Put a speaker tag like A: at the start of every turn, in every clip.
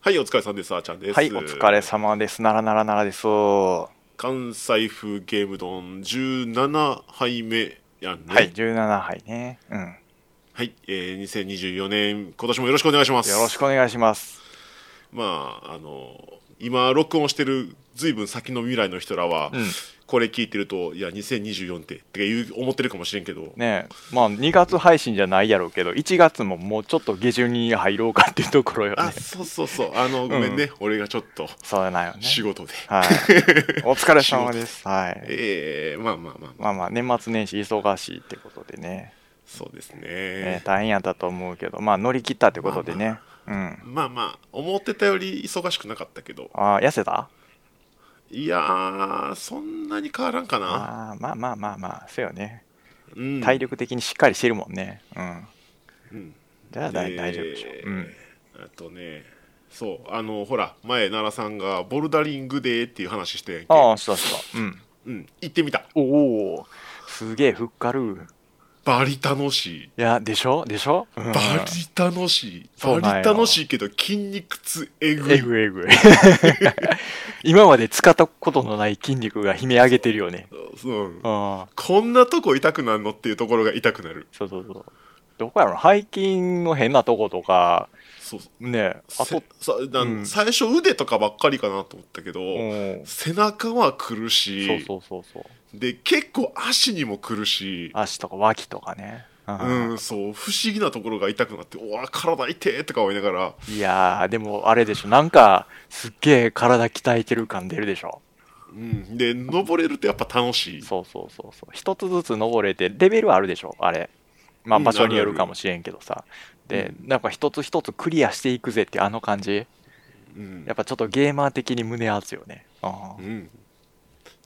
A: はい、お疲れさんです。あーちゃんです。
B: はい、お疲れ。様です。ならならならです。は
A: 関西風ゲーム丼17杯目やんね。
B: い、。17杯ね。うん。
A: はい、えー、2024年、今年もよろしくお願いします。
B: よろしくお願いします。
A: まあ、あの、今、録音してる、ずいぶん先の未来の人らは、
B: うん
A: これ聞いてると、いや、2024って、っていう思ってるかもしれんけど、
B: ねえ、まあ2月配信じゃないやろうけど、1月ももうちょっと下旬に入ろうかっていうところよ
A: あ、
B: ね。
A: そうそうそう、あの、ごめんね、俺がちょっと、
B: そうだよね。
A: 仕事で。
B: はい。お疲れ様です。はい。
A: ええまあまあまあ、まあ、
B: まあまあ、年末年始忙しいってことでね。
A: そうですね。
B: ね大変やったと思うけど、まあ乗り切ったってことでね。うん。
A: まあまあ、思ってたより忙しくなかったけど、
B: ああ、痩せた
A: いやー、そんなに変わらんかな。
B: ああ、まあまあまあまあ、そうよね。
A: うん、
B: 体力的にしっかりしてるもんね。うん。
A: うん
B: じゃあ大
A: で
B: 大丈夫でしょう。うん。
A: あとね、そう、あの、ほら、前、奈良さんがボルダリングでっていう話してんやんけ
B: ああ、したした。うん。
A: うん、行ってみた。
B: おお、すげえ、ふっかる。
A: バリ楽しい。
B: いや、でしょでしょ、うん
A: バリ楽しい。
B: そうなん
A: バ
B: よ
A: リ楽しいけど、筋肉痛えぐ
B: え
A: い。
B: ぐいえぐい。 今まで使ったことのない筋肉が悲鳴上げてるよね。
A: そう
B: ああ、
A: こんなとこ痛くなるのっていうところが痛くなる。
B: そうそうそう。どこやろ背筋の変なとことか、
A: そうそう
B: ねあと
A: せ、さなん
B: うん
A: 最初腕とかばっかりかなと思ったけど、
B: うん、
A: 背中は来るし
B: そうそうそうそう。
A: で結構足にも来るし
B: 足とか脇とかね。うん
A: うん、そう不思議なところが痛くなって「うわ体痛え」とか思いながら
B: いやー、でもあれでしょ。なんか、すっげえ体鍛えてる感出るでしょ。
A: うん、で登れるとやっぱ楽しい
B: そうそうそうそう一つずつ登れてレベルあるでしょあれまあ
A: うん
B: 場所によ
A: あるあ
B: る
A: る
B: かもしれんけどさでなんか一つ一つクリアしていくぜってあの感じ
A: うん
B: やっぱちょっとゲーマー的に胸熱よねあ
A: う
B: あ
A: ん
B: で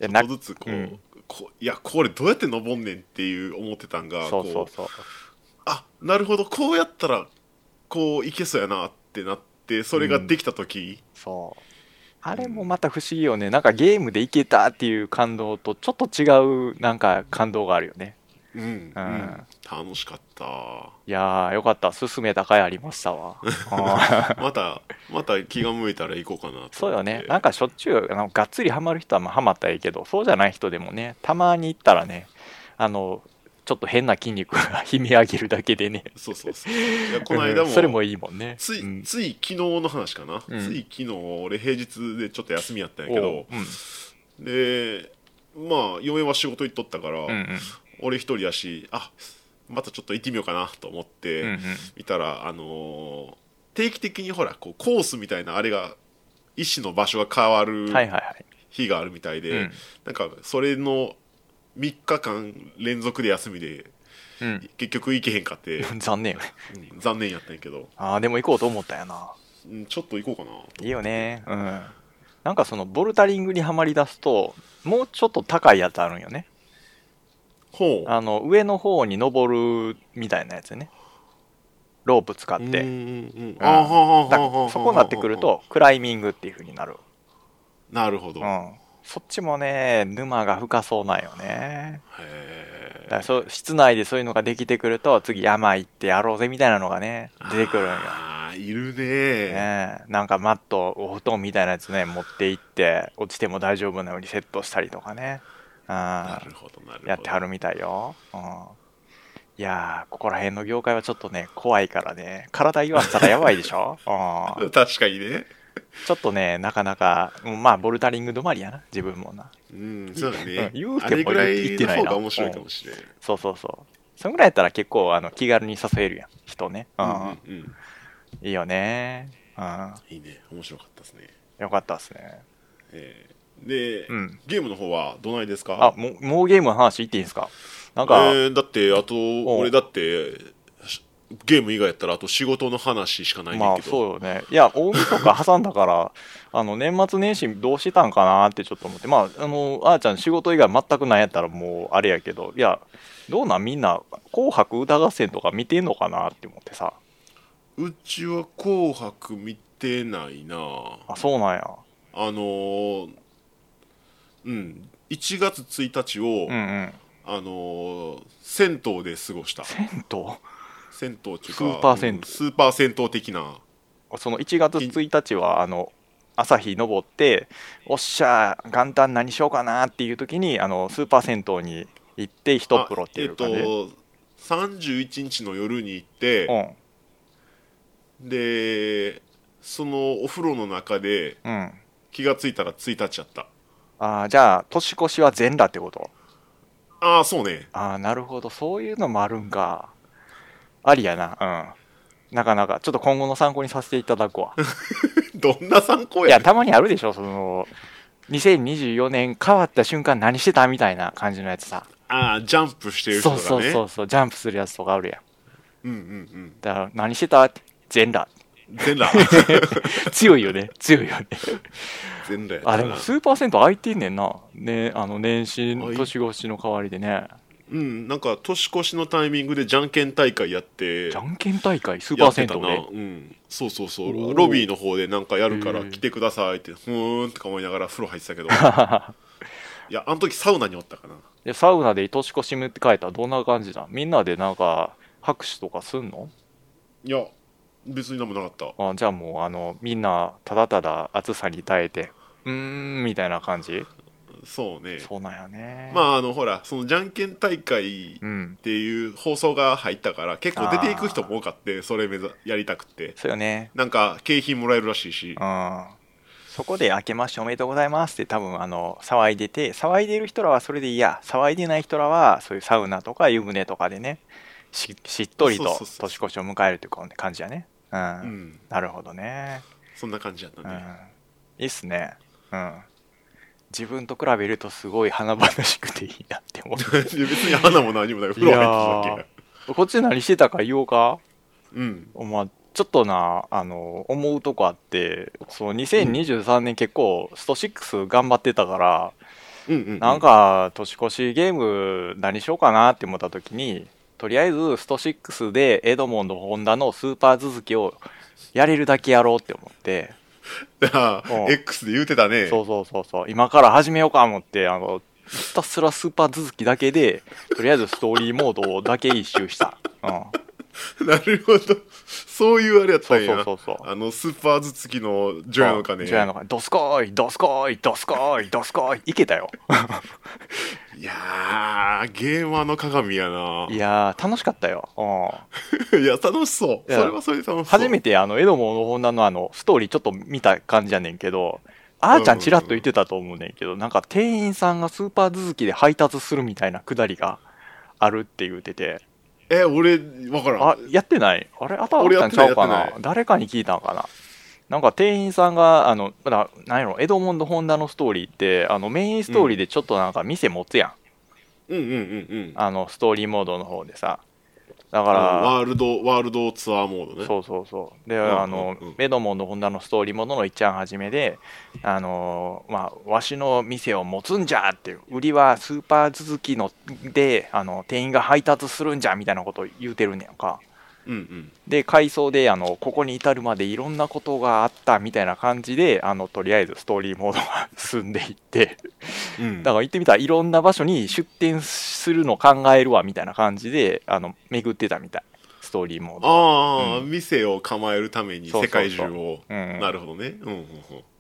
A: ちょ
B: な
A: っとずつこう、
B: うん
A: こいやこれどうやって登んねんっていう思ってたんが
B: そうそう
A: こう
B: そう
A: あなるほどこうやったらこういけそうやなってなってそれができた時、
B: そうあれもまた不思議よねなんかゲームでいけたっていう感動とちょっと違うなんか感動があるよね
A: うんうん
B: うん
A: 楽しかった
B: いやーよかった進めた回ありましたわああ
A: またまた気が向いたら行こうかなと思って
B: そうよねなんかしょっちゅうあのがっつりハマる人はまあハマったらいいけどそうじゃない人でもねたまに行ったらねあのちょっと変な筋肉が 悲鳴上げるだけでね
A: そうそうそういやこの間
B: う
A: も
B: んそれもいいもんね
A: つい、
B: うん
A: つい昨日の話かな、
B: うん
A: つい昨日俺平日でちょっと休みやったんやけ
B: おう
A: ど
B: うん
A: でまあ嫁は仕事行っとったから、
B: うんうん
A: 俺一人やしあまたちょっと行ってみようかなと思っ
B: うんう
A: て
B: ん
A: 見たら、あのー定期的にほらこうコースみたいなあれが医師の場所が変わる
B: はいはいはい
A: 日があるみたいで、
B: うん
A: なんかそれの3日間連続で休みで
B: うん
A: 結局行けへんかっ て、
B: 残念よね
A: うん残念やったんやけど、
B: ああでも行こうと思ったよな
A: うん、ちょっと行こうかなと思って
B: いいよねうんなんかそのボルダリングにはまりだすともうちょっと高いやつあるんよね
A: ほう
B: あの上の方に登るみたいなやつねロープ使っ
A: うん
B: て
A: うんうんあははは
B: だ
A: はは
B: そこになってくるとクライミングっていう風になる、
A: なるほ
B: う
A: ど、へ
B: ん、そっちもね沼が深そうなんよねだから
A: え
B: そう室内でそういうのができてくると次山行ってやろうぜみたいなのがね出てくるんよ、
A: あーいるね
B: ねえ、なんかマットお布団みたいなやつね持って行って落ちても大丈夫なようにセットしたりとかね、うん、
A: な
B: や
A: るほどなるほど
B: ってはるみたいよ、うん、いやーここら辺の業界はちょっとね怖いからね体言わせたらやばいでしょ、うん、
A: 確かにね
B: ちょっとね、なかなか、うんまあ、ボルダリング止まりやな、自分もな。
A: うんそうだね
B: 言う
A: あ
B: て
A: れ
B: も
A: ぐら
B: 言
A: い
B: って
A: の
B: ない
A: 方
B: な
A: が面白いかもしれない
B: そうそうそう。そんぐらいやったら結構あの気軽に誘えるやん、人ね。うん。
A: うんうんうん
B: いいよね。うん。
A: いいね面白かったですね
B: よかったですね。
A: えーで、
B: うん
A: ゲームの方はどないです
B: あ
A: か、
B: もう、もうゲームの話言っていいんですかなんか、
A: えーだってあと俺だってしゲーム以外やったらあと仕事の話しかないねん
B: ま
A: だ
B: あ
A: けど、
B: そうよね。いや、大晦日か挟ん だから、あの、年末年始どうしてたんかなってちょっと思って、まあ、あの、あーちゃん仕事以外全くないやったらもうあれやけど、いや、どうなんみんな、紅白歌合戦とか見てんのかなって思ってさ。
A: うちは「紅白」見てないな
B: あ、そうなんや。
A: あのーうん、1月1日を、
B: うんうん。
A: あのー銭湯で過ごした。
B: 銭湯
A: 銭湯っていうか、
B: スーパー銭湯
A: うんスーパー銭湯的な。
B: その1月1日はあの朝日登っておっしゃー元旦何しようかなっていう時にあのスーパー銭湯に行って一風呂っていう感じ
A: あえっ、
B: で、
A: と31日の夜に行って、でそのお風呂の中で
B: うんうん
A: 気がついたら1日やった
B: あーじゃあ年越しは全裸ってこと
A: ああそうね
B: ああなるほどそういうのもあるんかありやなうんなかなかちょっと今後の参考にさせていただくわ
A: どんな参考
B: い
A: や
B: や
A: ね
B: たまにあるでしょその2024年変わった瞬間何してたみたいな感じのやつさ、
A: ああジャンプしてる人
B: そ
A: が
B: う
A: ね
B: そうそうそうジャンプするやつとかあるやん
A: うんうん
B: だから何してたって全裸
A: うん全 裸
B: 強い よね強いよね
A: 全裸やったな
B: あでもスーパー銭湯空いてんねんなねあの年始
A: あいい
B: 年越しの代わりでね
A: うんなんか年越しのタイミングでじゃんけん大会やって
B: じゃんけん大会スーパ
A: や
B: ー
A: って
B: 銭
A: た
B: 湯
A: な
B: で
A: うん、そうそうそ
B: おー
A: うロビーの方でなんかやるから
B: へー
A: 来てくださいってふーんとか思いながら風呂入ってたけ ど
B: い
A: いやあの時サウナにおったかな
B: やサウナで年越しむって書いたらどんな感じだみんなでなんか拍手とかすんの
A: いや別に何もなかった
B: あじゃあもうあのみんなただただ暑さに耐えてうーんみたいな感じ
A: そうね
B: そうなんやね
A: まああのほらそのじゃんけん大会っ
B: うん
A: ていう放送が入ったから結構出ていく人も多かってそれ目ざやりたくって
B: そうよね
A: なんか景品もらえるらしいし
B: うんそこで「明けましておめでとうございます」って多分あの騒いでて騒いでる人らはそれでいいや騒いでない人らはそういうサウナとか湯船とかでねししっとり
A: そう
B: と
A: そうそう
B: 年越しを迎えるというか感じやねうん、
A: うん
B: なるほどね
A: そんな感じやった
B: うん
A: ね、
B: いいっすねうん自分と比べるとすごい華々しくていいなって思う
A: 別に花も何もない風呂入ってただけ
B: こっち何してたか言おうか
A: うん
B: お前ちょっとなあの思うとこあってそう2023年結構スト6頑張ってたから、
A: うんうんうん
B: なんか年越しゲーム何しようかなって思った時にとりあえずスト6でエドモンド・ホンダのスーパー続きをやれるだけやろうって思って、
A: あ
B: うん
A: X で言うてたね
B: そうそうそうそう今から始めようか思ってあのひたすらスーパー続きだけでとりあえずストーリーモードだけ一周した、う ん、
A: なるほどそういうあれやった
B: そうん
A: や
B: そうそうそう
A: あのスーパー頭突きのジョヤの鐘
B: ジョヤの鐘ドスコーイドスコーイドスコーイドスコーイいけたよ
A: いやーゲーマーの鏡やない
B: やー楽しかったよ、う ん、
A: いや楽しそう
B: いや
A: それはそれで楽しそう
B: 初めてあのエドモの女のあのストーリーちょっと見た感じやねんけどあーちゃんちらっと言ってたと思うねんけど、なんか店員さんがスーパー続きで配達するみたいなくだりがあるって言ってて
A: え俺わからん
B: あやってないあれ頭あったんちゃうか
A: 俺やっ
B: な
A: てないやって
B: 誰かに聞いたんかななんか店員さんがあのななんやろエドモンド・ホンダのストーリーってあのメインストーリーでちょっとなんか店持つやん
A: うんうんうんうん
B: あのストーリーモードの方でさだ
A: あ
B: か
A: の
B: ら
A: ワールドワールドツアーモードね
B: そうそうそうで、
A: ん
B: あの
A: うん
B: メドモンのホンダのストーリーモードのいっちゃんはじめであのまあわしの店を持つんじゃっていう売りはスーパー続きのであの店員が配達するんじゃみたいなことを言うてるんやんか
A: うんうん
B: で回想であのここに至るまでいろんなことがあったみたいな感じであのとりあえずストーリーモードが進んでいって
A: うん
B: だから行ってみたらいろんな場所に出店するの考えるわみたいな感じであの巡ってたみたいストーリーモード、
A: ああ、
B: う
A: 店を構えるために
B: そうそう
A: 世
B: そう
A: 界中を
B: うん、
A: なるほどねうんうんうん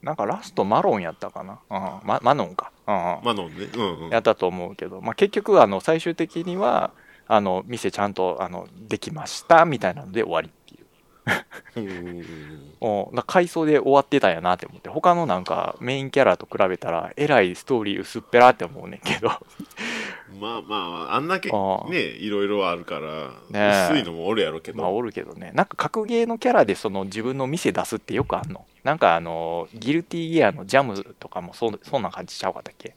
B: なんかラストマロンやったかな、うんま、マノンか、うん
A: マノンねうんうん
B: やったと思うけど、まあ、結局あの最終的にはあの店ちゃんとあのできましたみたいなので終わりっていう
A: うんうんうんうん
B: おな回想で終わってたんやなって思って他のなんかメインキャラと比べたらえらいストーリー薄っぺらって思うねんけど
A: まあまああんだけ
B: ああ
A: ねいろいろあるから
B: ねえ
A: 薄いのもおるやろけ
B: まあ
A: ど
B: おるけどねなんか格ゲーのキャラでその自分の店出すってよくあんのなんかあのギルティギアのジャムとかもそうそんな感じちゃうかったっけ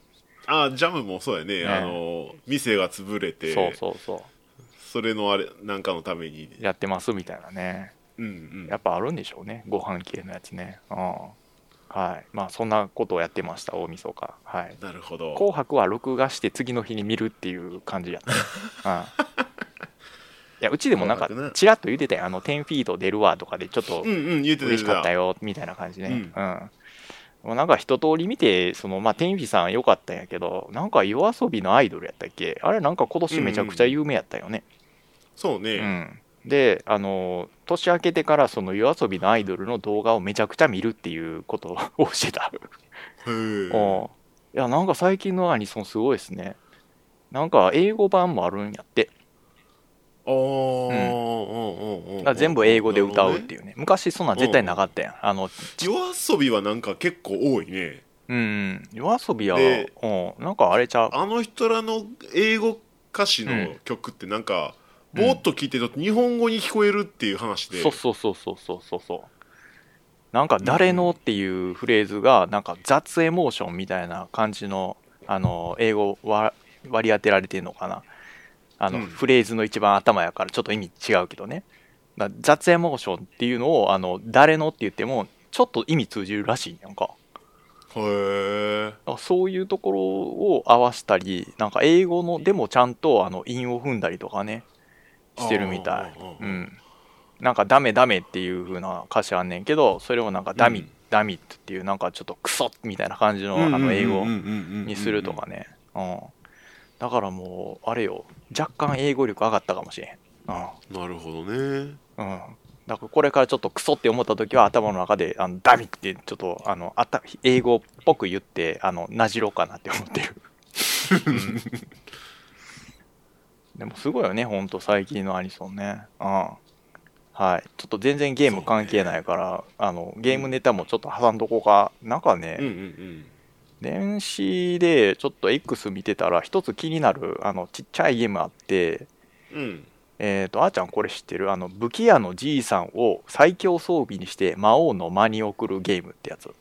A: ああジャムもそうやね
B: え
A: あの店が潰れて
B: そうそうそ
A: それのあれなんかのために
B: うやってますみたいなね
A: うんうん
B: やっぱあるんでしょうねご飯系のやつねうんはいまあそんなことをやってました大晦日はい
A: なるほど
B: 紅白は録画して次の日に見るっていう感じ やった、うん、いやうちでもなんか
A: 紅白ね
B: ちらっと言ってたよあの10フィード出るわとかでちょっと
A: うんうん言うてた
B: 嬉
A: 言
B: し
A: うて
B: かった
A: た
B: よみたいな感じね
A: う
B: うんん、もうなんか一通り見てそのまあ天フィさん良かったんやけどなんか夜遊びのアイドルやったっけあれなんか今年めちゃくちゃ有名やったよね
A: そう
B: うん、
A: ね
B: であの年明けてからその夜遊びのアイドルの動画をめちゃくちゃ見るっていうことを してた、
A: へ
B: うん
A: え
B: いやなんか最近のアニソンすごいですねなんか英語版もあるんやって
A: あ
B: だ
A: ー
B: から全部英語で歌うっ
A: いう
B: ていうね昔そんなん絶対なかったやんあの
A: 夜遊びはなんか結構多いね
B: うん夜遊びは、
A: で
B: うん、なんかあれちゃう
A: あの人らの英語歌詞の曲ってなんか、ぼーっと聞いてると日本語に聞こえるっていう話で、
B: そうそうそうそうそうそうそうなんか「誰の」っていうフレーズがなんか雑エモーションみたいな感じのあの英語割割り当てられてるのかなあの、
A: うん
B: フレーズの一番頭やからちょっと意味違うけどねだ雑エモーションっていうのを「あの誰の」って言ってもちょっと意味通じるらしいやんか
A: へえ
B: なんかそういうところを合わせたりなんか英語のでもちゃんとあの韻を踏んだりとかねしてるみたいうん、なんか「ダメダメ」っていう風な歌詞あんねんけどそれをなんか「ダミ、
A: うん
B: ダミっていうなんかちょっとクソみたいな感じのあの英語に
A: に
B: するとかね、うん、だからもうあれよ若干英語力上がったかもしれへん、うん
A: なるほど ね
B: うん、だからこれからちょっとクソって思った時は頭の中で「あのダミ」ってちょっとあのあた英語っぽく言ってあのなじろうかなって思ってる、うんでもすごいよねほんと最近のアニソンねうんはいちょっと全然ゲーム関係ないから、あのゲームネタもちょっと挟んどこうかなんかね、
A: うんうんうん
B: 電子でちょっと X 見てたら一つ気になるあのちっちゃいゲームあって
A: うん
B: えー、とあーちゃんこれ知ってるあの武器屋のじいさんを最強装備にして魔王の間に送るゲームってやつ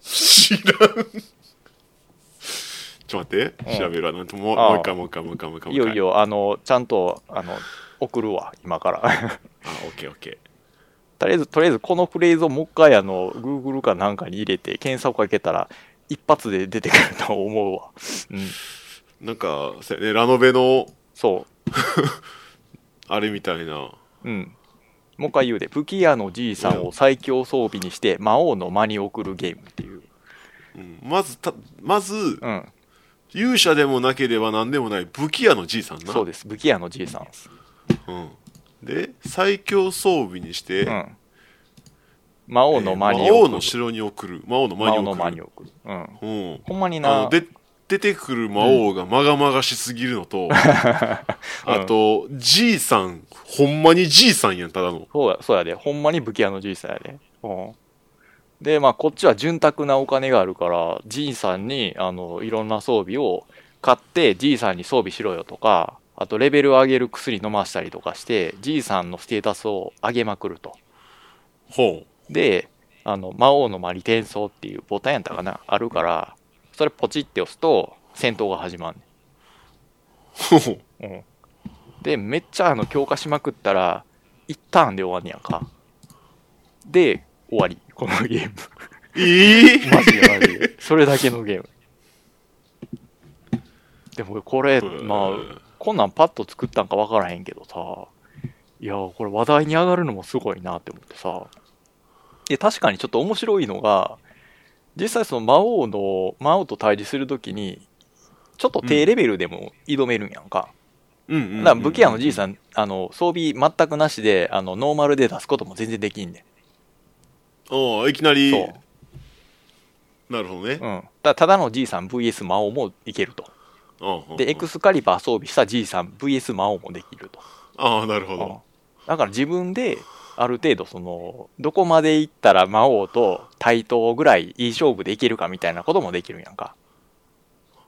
A: 知らんちょっと待って
B: うん
A: 調べるわなんともう
B: ああ
A: もう一回もう一回もう一回もう一回
B: いよい
A: もう一回
B: よあのちゃんとあの送るわ今から
A: あオッケーオッケ
B: とりあえずとりあえずこのフレーズをもう一回あの Google かなんかに入れて検索かけたら一発で出てくると思うわ、うん、
A: ーなんかそうやねラノベの
B: そ
A: あれみたいな
B: ううんもう一回言うで武器屋のじいさんを最強装備にして魔王の間に送るゲームっていう
A: うんまずたまず
B: うん
A: 勇者でもなければ何でもない武器屋のじいさんな
B: そうです武器屋のじいさんです
A: うんで最強装備にして、
B: うん、魔王の間に
A: えー魔王
B: 送る
A: の城に送る魔王の
B: 魔
A: 魔
B: 王
A: に
B: の
A: 送
B: 間
A: る
B: に送る、うん、
A: うん
B: ほんまに
A: あ
B: な
A: ので出てくる魔王がまがまがしすぎるのと、あとじいさんほんまにじいさんやんただの
B: そうやそうやでほんまに武器屋のじいさんやで、うん、でまあこっちは潤沢なお金があるからじいさんにあのいろんな装備を買ってじいさんに装備しろよとかあとレベルを上げる薬飲ましたりとかしてじいさんのステータスを上げまくると
A: ほ
B: であの魔王の間に転送っていうボタンやったかなあるからそれポチって押すと戦闘が始まる
A: う
B: うん、でめっちゃあの強化しまくったら1ターンで終わんねやんかで終わりこのゲーム
A: ええ
B: マジでマジでそれだけのゲームでもこれまあこんなんパッと作ったんか分からへんけどさいやこれ話題に上がるのもすごいなって思ってさで確かにちょっと面白いのが実際その魔王の魔王と対峙するときにちょっと低レベルでも挑めるんやん
A: う
B: か、
A: んうんうん
B: だから武器屋のじいさん、あの装備全くなしであのノーマルで出すことも全然できんね
A: おういきなり
B: ん。そう。
A: なるほどね
B: う、ん。だただのじいさん VS 魔王もいけると。
A: うんうん
B: で、エクスカリバー装備したじいさん VS 魔王もできると。
A: ああなるほ
B: うん
A: ど、
B: だから自分で、ある程度その、どこまで行ったら魔王と対等ぐらいいい勝負できるかみたいなこともできるやんか。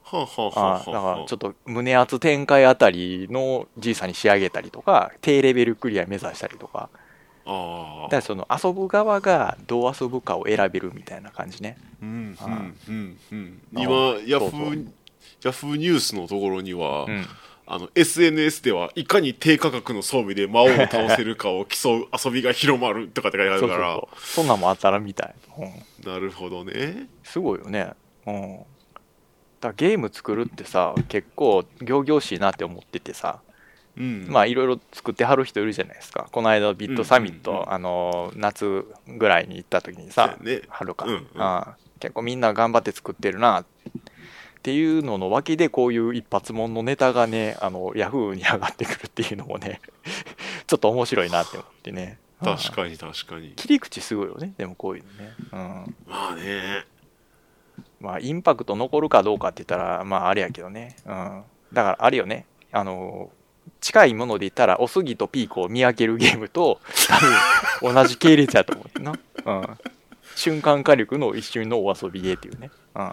A: はあ、はあはあ
B: あ
A: は
B: だ
A: あ
B: からち
A: っ
B: ょっと胸圧展開あたりのじいさんに仕上げたりとか、低レベルクリア目指したりとか。
A: とあ
B: だか
A: あ
B: らその遊ぶ側がどう遊ぶかを選べるみたいな感じね。
A: うんう
B: あ
A: んうんうん
B: あ
A: 今ヤフ
B: そうそう
A: ーヤフーニュースのところには、
B: うん。
A: あの SNS ではいかに低価格の装備で魔王を倒せるかを競 う遊びが広まるとかって書いてあ
B: そ
A: る
B: うそう
A: から
B: そう。そんなんもあったらみたい。うん、
A: なるほどね
B: すごいよね。うん。だからゲーム作るってさ、結構仰々しいなって思っててさ、
A: うん
B: まあいろいろ作ってはる人いるじゃないですか。この間ビットサミット、
A: うんうんうん
B: あの夏ぐらいに行った時にさ、
A: そうやね
B: 春か、
A: うんうん
B: ああ結構みんな頑張って作ってるなっていうのの脇でこういう一発もんのネタがねあのヤフーに上がってくるっていうのもね ちちょっと面白いなって思ってね。
A: 確
B: に。
A: かに確かに
B: 切り口すごいよね、でもこういうのね。うん。
A: まあね
B: まあ、インパクト残るかどうかって言ったら、まあ、あれやけどね。うん。だから、あれよね。あのー近いもので言ったら、おすぎとピークを見分けるゲームと、 多分同じ系列やと思うな。うん。瞬間火力の一瞬のお遊びゲーっていうね。うん。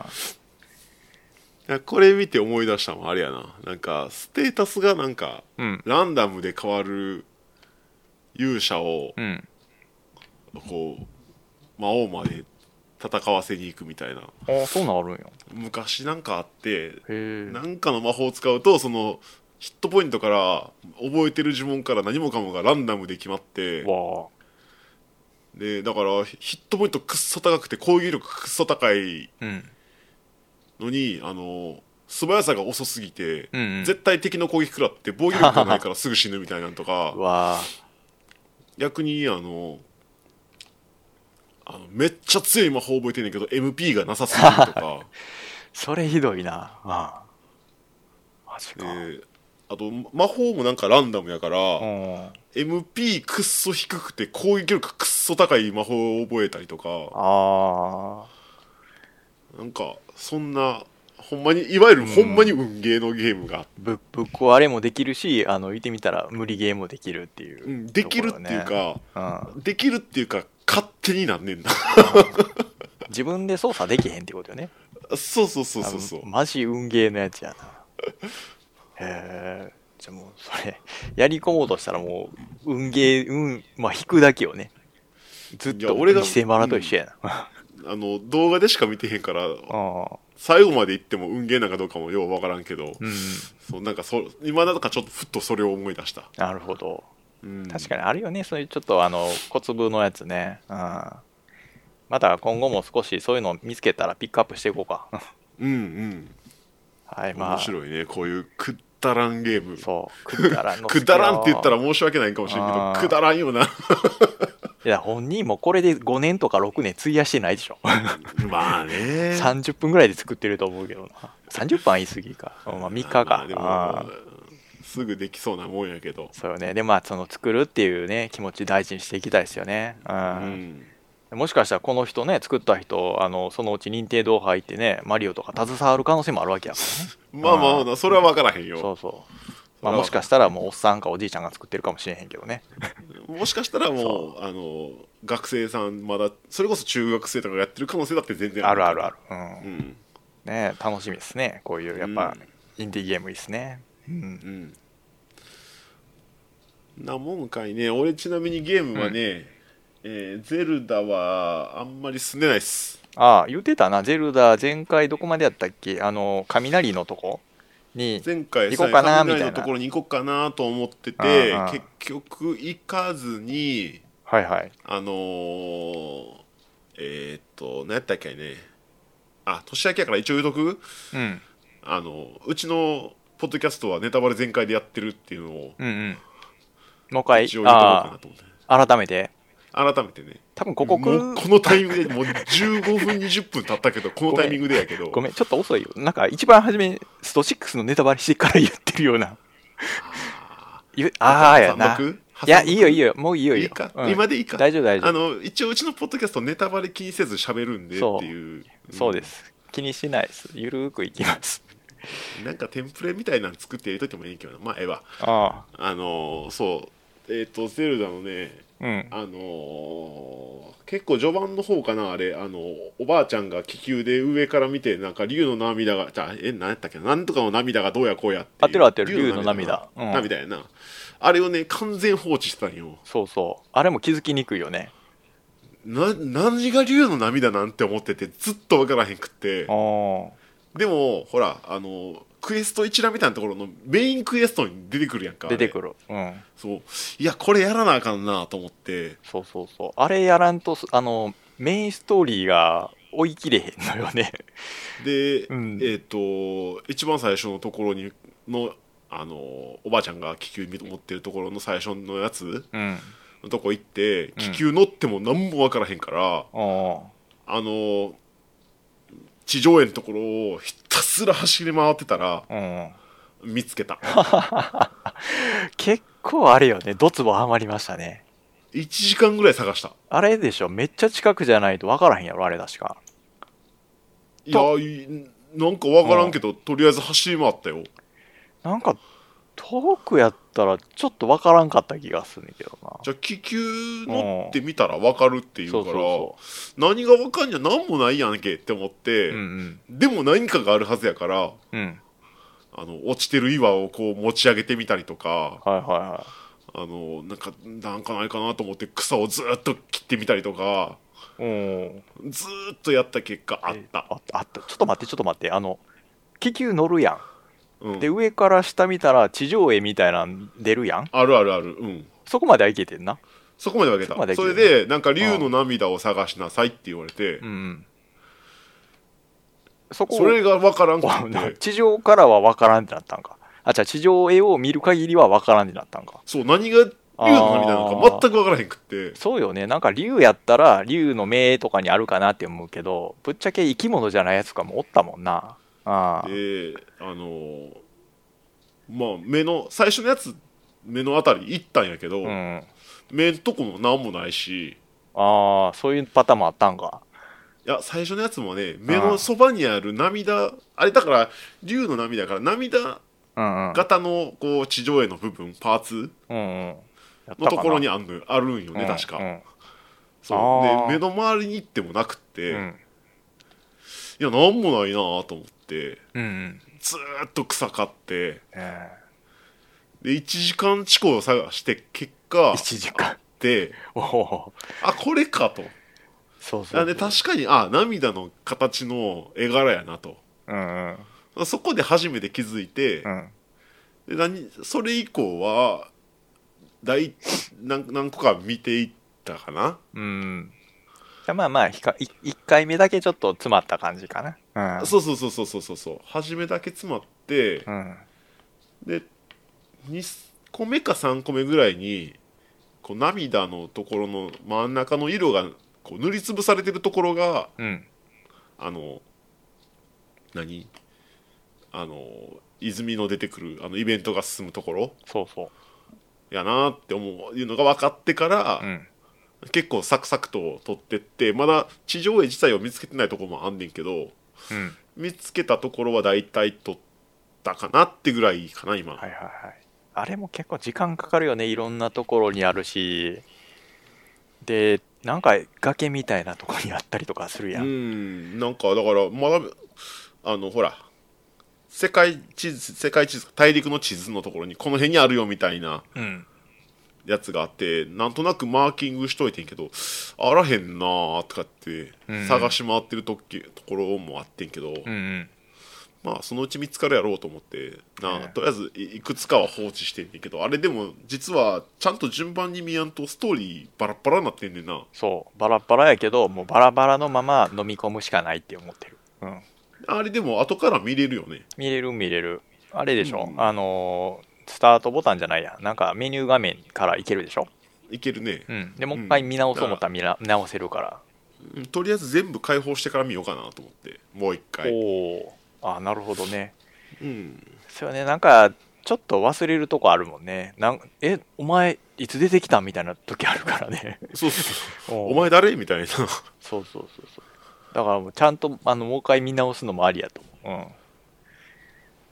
A: いやこれ見て思い出したのもあれやななんかステータスがなんか
B: うん。
A: ランダムで変わる勇者を
B: うん。
A: こう魔王まで戦わせに行くみたいな
B: ああ、そうなんあるんや。
A: 昔なんかあって
B: へえ。
A: なんかの魔法を使うとそのヒットポイントから覚えてる呪文から何もかもがランダムで決まって
B: わあ。
A: でだからヒットポイントくっそ高くて攻撃力くっそ高い
B: うん。
A: のにあの素早さが遅すぎて、
B: うん、うん。
A: 絶対敵の攻撃食らって防御力がないからすぐ死ぬみたいなのと か
B: わあ。
A: 逆にあのあのめっちゃ強い魔法覚えてんねんけど MP がなさすぎると か、
B: それひどいな。ああ。マジ
A: え
B: か。
A: ーあと魔法もなんかランダムやから、
B: うん。
A: MP くっそ低くて攻撃力くっそ高い魔法を覚えたりとか
B: ああ。
A: なんかそんなほんまにいわゆるほんまに運ゲーのゲームが、
B: ぶぶっ壊れもできるし、あの、言ってみたら無理ゲームもできるっていう、
A: うんできるっていう
B: とこ
A: か、
B: ろよね、
A: できるっていうか勝手になんねんな
B: うん。自分で操作できへんってことよね。
A: そうそうそうそうそう
B: あのマジ運ゲーのやつやな。へえ。じゃあもう、それ、やり込もうとしたらもう、運ゲー、運、まあ、引くだけよね。ずっ
A: いや
B: と、
A: 俺が
B: 偽マラと一緒やな。
A: あの動画でしか見てへんから
B: ああ。
A: 最後まで行っても運ゲーなんかどうかもようわからんけど、
B: うん。
A: そうなんかそ今なんかちょっとふっとそれを思い出した、
B: なるほど。
A: うん
B: 確かにあるよね、そういうちょっとあの小粒のやつね。うん。また今後も少しそういうのを見つけたらピックアップしていこうか。
A: うんうん
B: はい、まあ、
A: 面白いねこういうくだらんゲーム
B: そう、くだらんの好き
A: く
B: よ
A: だらんって言ったら申し訳ないかもしれんけど
B: あー
A: くだらんよな
B: いや、本人もこれで5年とか6年費やしてないでしょ。
A: まあね
B: 30分ぐらいで作ってると思うけどな。30分は言い過 ぎか。うんまあ、3日か。
A: まあでも
B: あー
A: すぐできそうなもんやけど、
B: そうよね。で、まあ、その作るっていうね、気持ち大事にしていきたいですよね。う。
A: うん
B: もしかしたらこの人ね、作った人、あの、そのうち認定堂入ってね、マリオとか携わる可能性もあるわけやからね。
A: まあまあまあそれは分からへん
B: そ
A: よ
B: うそう。
A: それ
B: まあ、
A: は
B: もしかしたらもうおっさんかおじいちゃんが作ってるかもしれへんけどね。
A: もしかしたらもうあの学生さんまだそれこそ中学生とかがやってる可能性だって全然
B: あるあるあ
A: る
B: る。うん。
A: うん
B: ねえ楽しみですね。こういう、やっぱ、インディーゲームいいですね。うん。
A: うんなもんかいね俺ちなみにゲームはね、えーゼルダはあんまり進んでないっす
B: ああ、言ってたな。ゼルダ、前回どこまでやったっけあの、雷のとこに、
A: 前回
B: 行こうかな
A: 最後
B: みたいな
A: のところに行こうかなと思ってて
B: うんうん
A: 結局行かずに
B: はいはい。
A: あのー、えー、っと、何やったっけね。あ、年明けやから一応言うとく
B: うん。
A: あの、うちのポッドキャストはネタバレ全開でやってるっていうのを、
B: うんうん。もう一回
A: 一応、言うとこうか
B: あ
A: なと思って。
B: あ、改めて。
A: 改めてね。
B: 多分ここ来
A: もう
B: る。
A: このタイミングで、もう15分、20分経った けど、このタイミングでやけど、
B: ごめん、ちょっと遅いよ。なんか一番初め、スト6のネタバレしてから言ってるような。言うああやな。
A: 挟んどく
B: いや、いいよいい。よ。もういい
A: 挟んどく
B: よいい
A: い
B: よ。
A: いか、
B: うん
A: 今でいいか。
B: 大丈夫大丈
A: あ
B: 夫。
A: の、一応うちのポッドキャストネタバレ気にせず喋るんでっていう。
B: そうです。気にしないです。ゆるーくい きます。
A: うん。なんかテンプレみたいなの作って入れといてもいいけどな。まあ、ええわ。
B: あ
A: あのーそう。えーっ、と、ゼルダのね、
B: あ。うん。
A: あのー結構序盤の方かなあれ、あのおばあちゃんが気球で上から見てなんか竜の涙がじゃあえ何やったっけななんとかの涙がどうやこうやっていう
B: 合ってる合ってる
A: か
B: 竜
A: な
B: の涙うん
A: 涙やなあれをね完全放置してたんよ
B: そうそう。あれも気づきにくいよね。
A: な何が竜の涙なんて思っててずっと分からへんくって
B: ああ。
A: でもほらあのクエスト一覧みたいなところのメインクエストに出てくるやんかあれ
B: 出てくる。うん。
A: そういやこれやらなあかんなと思って
B: そうそうそう。あれやらんと、すあの、メインストーリーが追い切れへんのよね。
A: で、
B: うん
A: えっ、と一番最初のところにのあのおばあちゃんが気球持ってるところの最初のやつ
B: うん。
A: のとこ行って気球乗っても何もわからへんから、
B: あ
A: あの地上絵のところをひたすら走り回ってたら
B: あ。うん。
A: 見つけた
B: 結構あれよね。ドツボハマりましたね。
A: 1時間ぐらい探した
B: あれでしょめっちゃ近くじゃないと分からへんやろあれ確か。
A: いやいなんかわからんけど、とりあえず走り回ったよ
B: なんか、遠くやったらちょっと分からんかった気がするんだけどな。
A: じゃあ気球乗ってみたらわかるっていう
B: そう
A: か
B: そう
A: ら、
B: そ
A: 何がわかんじゃ何もないやんけって思って、
B: う。うん
A: でも何かがあるはずやから
B: うん。うん。
A: あの落ちてる岩をこう持ち上げてみたりとか
B: はいはいは
A: あのなんかなんかないかなと思って草をずっと切ってみたりとか
B: い。うん。
A: ずーっとやった結果あった、
B: あった、あった。ちょっと待って、ちょっと待って。あの、気球乗るや
A: うん
B: ん。で、上から下見たら地上絵みたいなん出るやん。
A: あるあるあるうん
B: そこまではいけてんな。
A: そこまで分け
B: そ
A: た
B: こまで
A: そ
B: 分け
A: れ
B: たね
A: でなんか竜の涙を探しなさいって言われて、
B: うんうん。そこ
A: それが分からん
B: こ
A: く
B: う
A: て
B: 地上からは分からんってなったんか。あ、じゃあ地上絵を見る限りは分からんってなったんか。
A: そう何が竜の涙なのか全く分からへんくって
B: そうよね。なんか竜やったら竜の目とかにあるかなって思うけど、ぶっちゃけ生き物じゃないやつとかもおったもんな。ああ。
A: であのーまあ目の最初のやつ目のあたり行ったんやけど、
B: うん。
A: 目んとこも何もないし
B: ああ、そういうパターンもあったんか。
A: いや最初のやつもね目のそばにある涙あれだから竜の涙やから涙
B: うんうん。
A: 型のこう地上絵の部分パーツ
B: うんうん。やったか
A: の
B: な
A: ところにあんのあるんよね、
B: うん
A: 確か、
B: うんあ
A: そう
B: ー
A: で目の周りに行ってもなくって、
B: うん。
A: いやなんもないなぁと思って
B: うんうん。
A: ずーっと草買って
B: え
A: で1時間遅刻を探して結果
B: ー、1時間。
A: で
B: おお。
A: あこれかと
B: そうそう。
A: あで確かにあ涙の形の絵柄やなと
B: うんうん。
A: そこで初めて気づいて
B: う、ん。
A: で何それ以降は大何何個か見ていったかな、
B: うん。じゃあまあまあ、ひかい一回目だけちょっと詰まった感じかな。うん。
A: そうそうそうそうそうそうそう初めだけ詰まって
B: う。ん。
A: で2個目か3個目ぐらいにこう涙のところの真ん中の色がこう塗りつぶされてるところが
B: うん。
A: あの何あの泉の出てくるあのイベントが進むところ
B: そうそ
A: やなって思ういうのが分かってから
B: う。う、ん。
A: 結構サクサクと取ってってまだ地上絵自体を見つけてないところもあんねんけど
B: うん。
A: 見つけたところは大体取ったかなってぐらいかな今、
B: はいはいはい。あれも結構時間かかるよね。いろんなところにあるし。で、なんか崖みたいなとこにあったりとかするや。
A: うんんなんかだからまだあのほら世界地図世界地図大陸の地図のところにこの辺にあるよみたいな
B: うん。
A: やつがあってなんとなくマーキングしといてんけどあらへんなーとかって
B: うん
A: 探し回ってるときところもあってんけど、
B: うんうん。
A: まあそのうち見つかるやろうと思ってな、
B: ええ
A: とりあえずいいくつかは放置してんねんけどあれでも実はちゃんと順番に見やんとストーリーバラッバラになってんねんな
B: そう。バラバラやけど、もうバラバラのまま飲み込むしかないって思ってる。うん。
A: あれでも後から見れるよね
B: 見れる見れる。あれでしょ。
A: うん
B: あのースタートボタンじゃないや。なんかメニュー画面からいけるでしょ。
A: いけるね、
B: うん。でもう一回見直そう思ったら見な見直せるから。
A: うんとりあえず全部解放してから見ようかなと思ってもう一回、
B: おお。あ、なるほどね。
A: うん、
B: そうよね、なんか、ちょっと忘れるとこあるもんね。なんえ、お前、いつ出てきたみたいな時あるからね。
A: そうそうそうお
B: お
A: 前誰みたいな
B: そうそうそうそう。だからもう、ちゃんと、あの、もう一回見直すのもありやと思う。うん。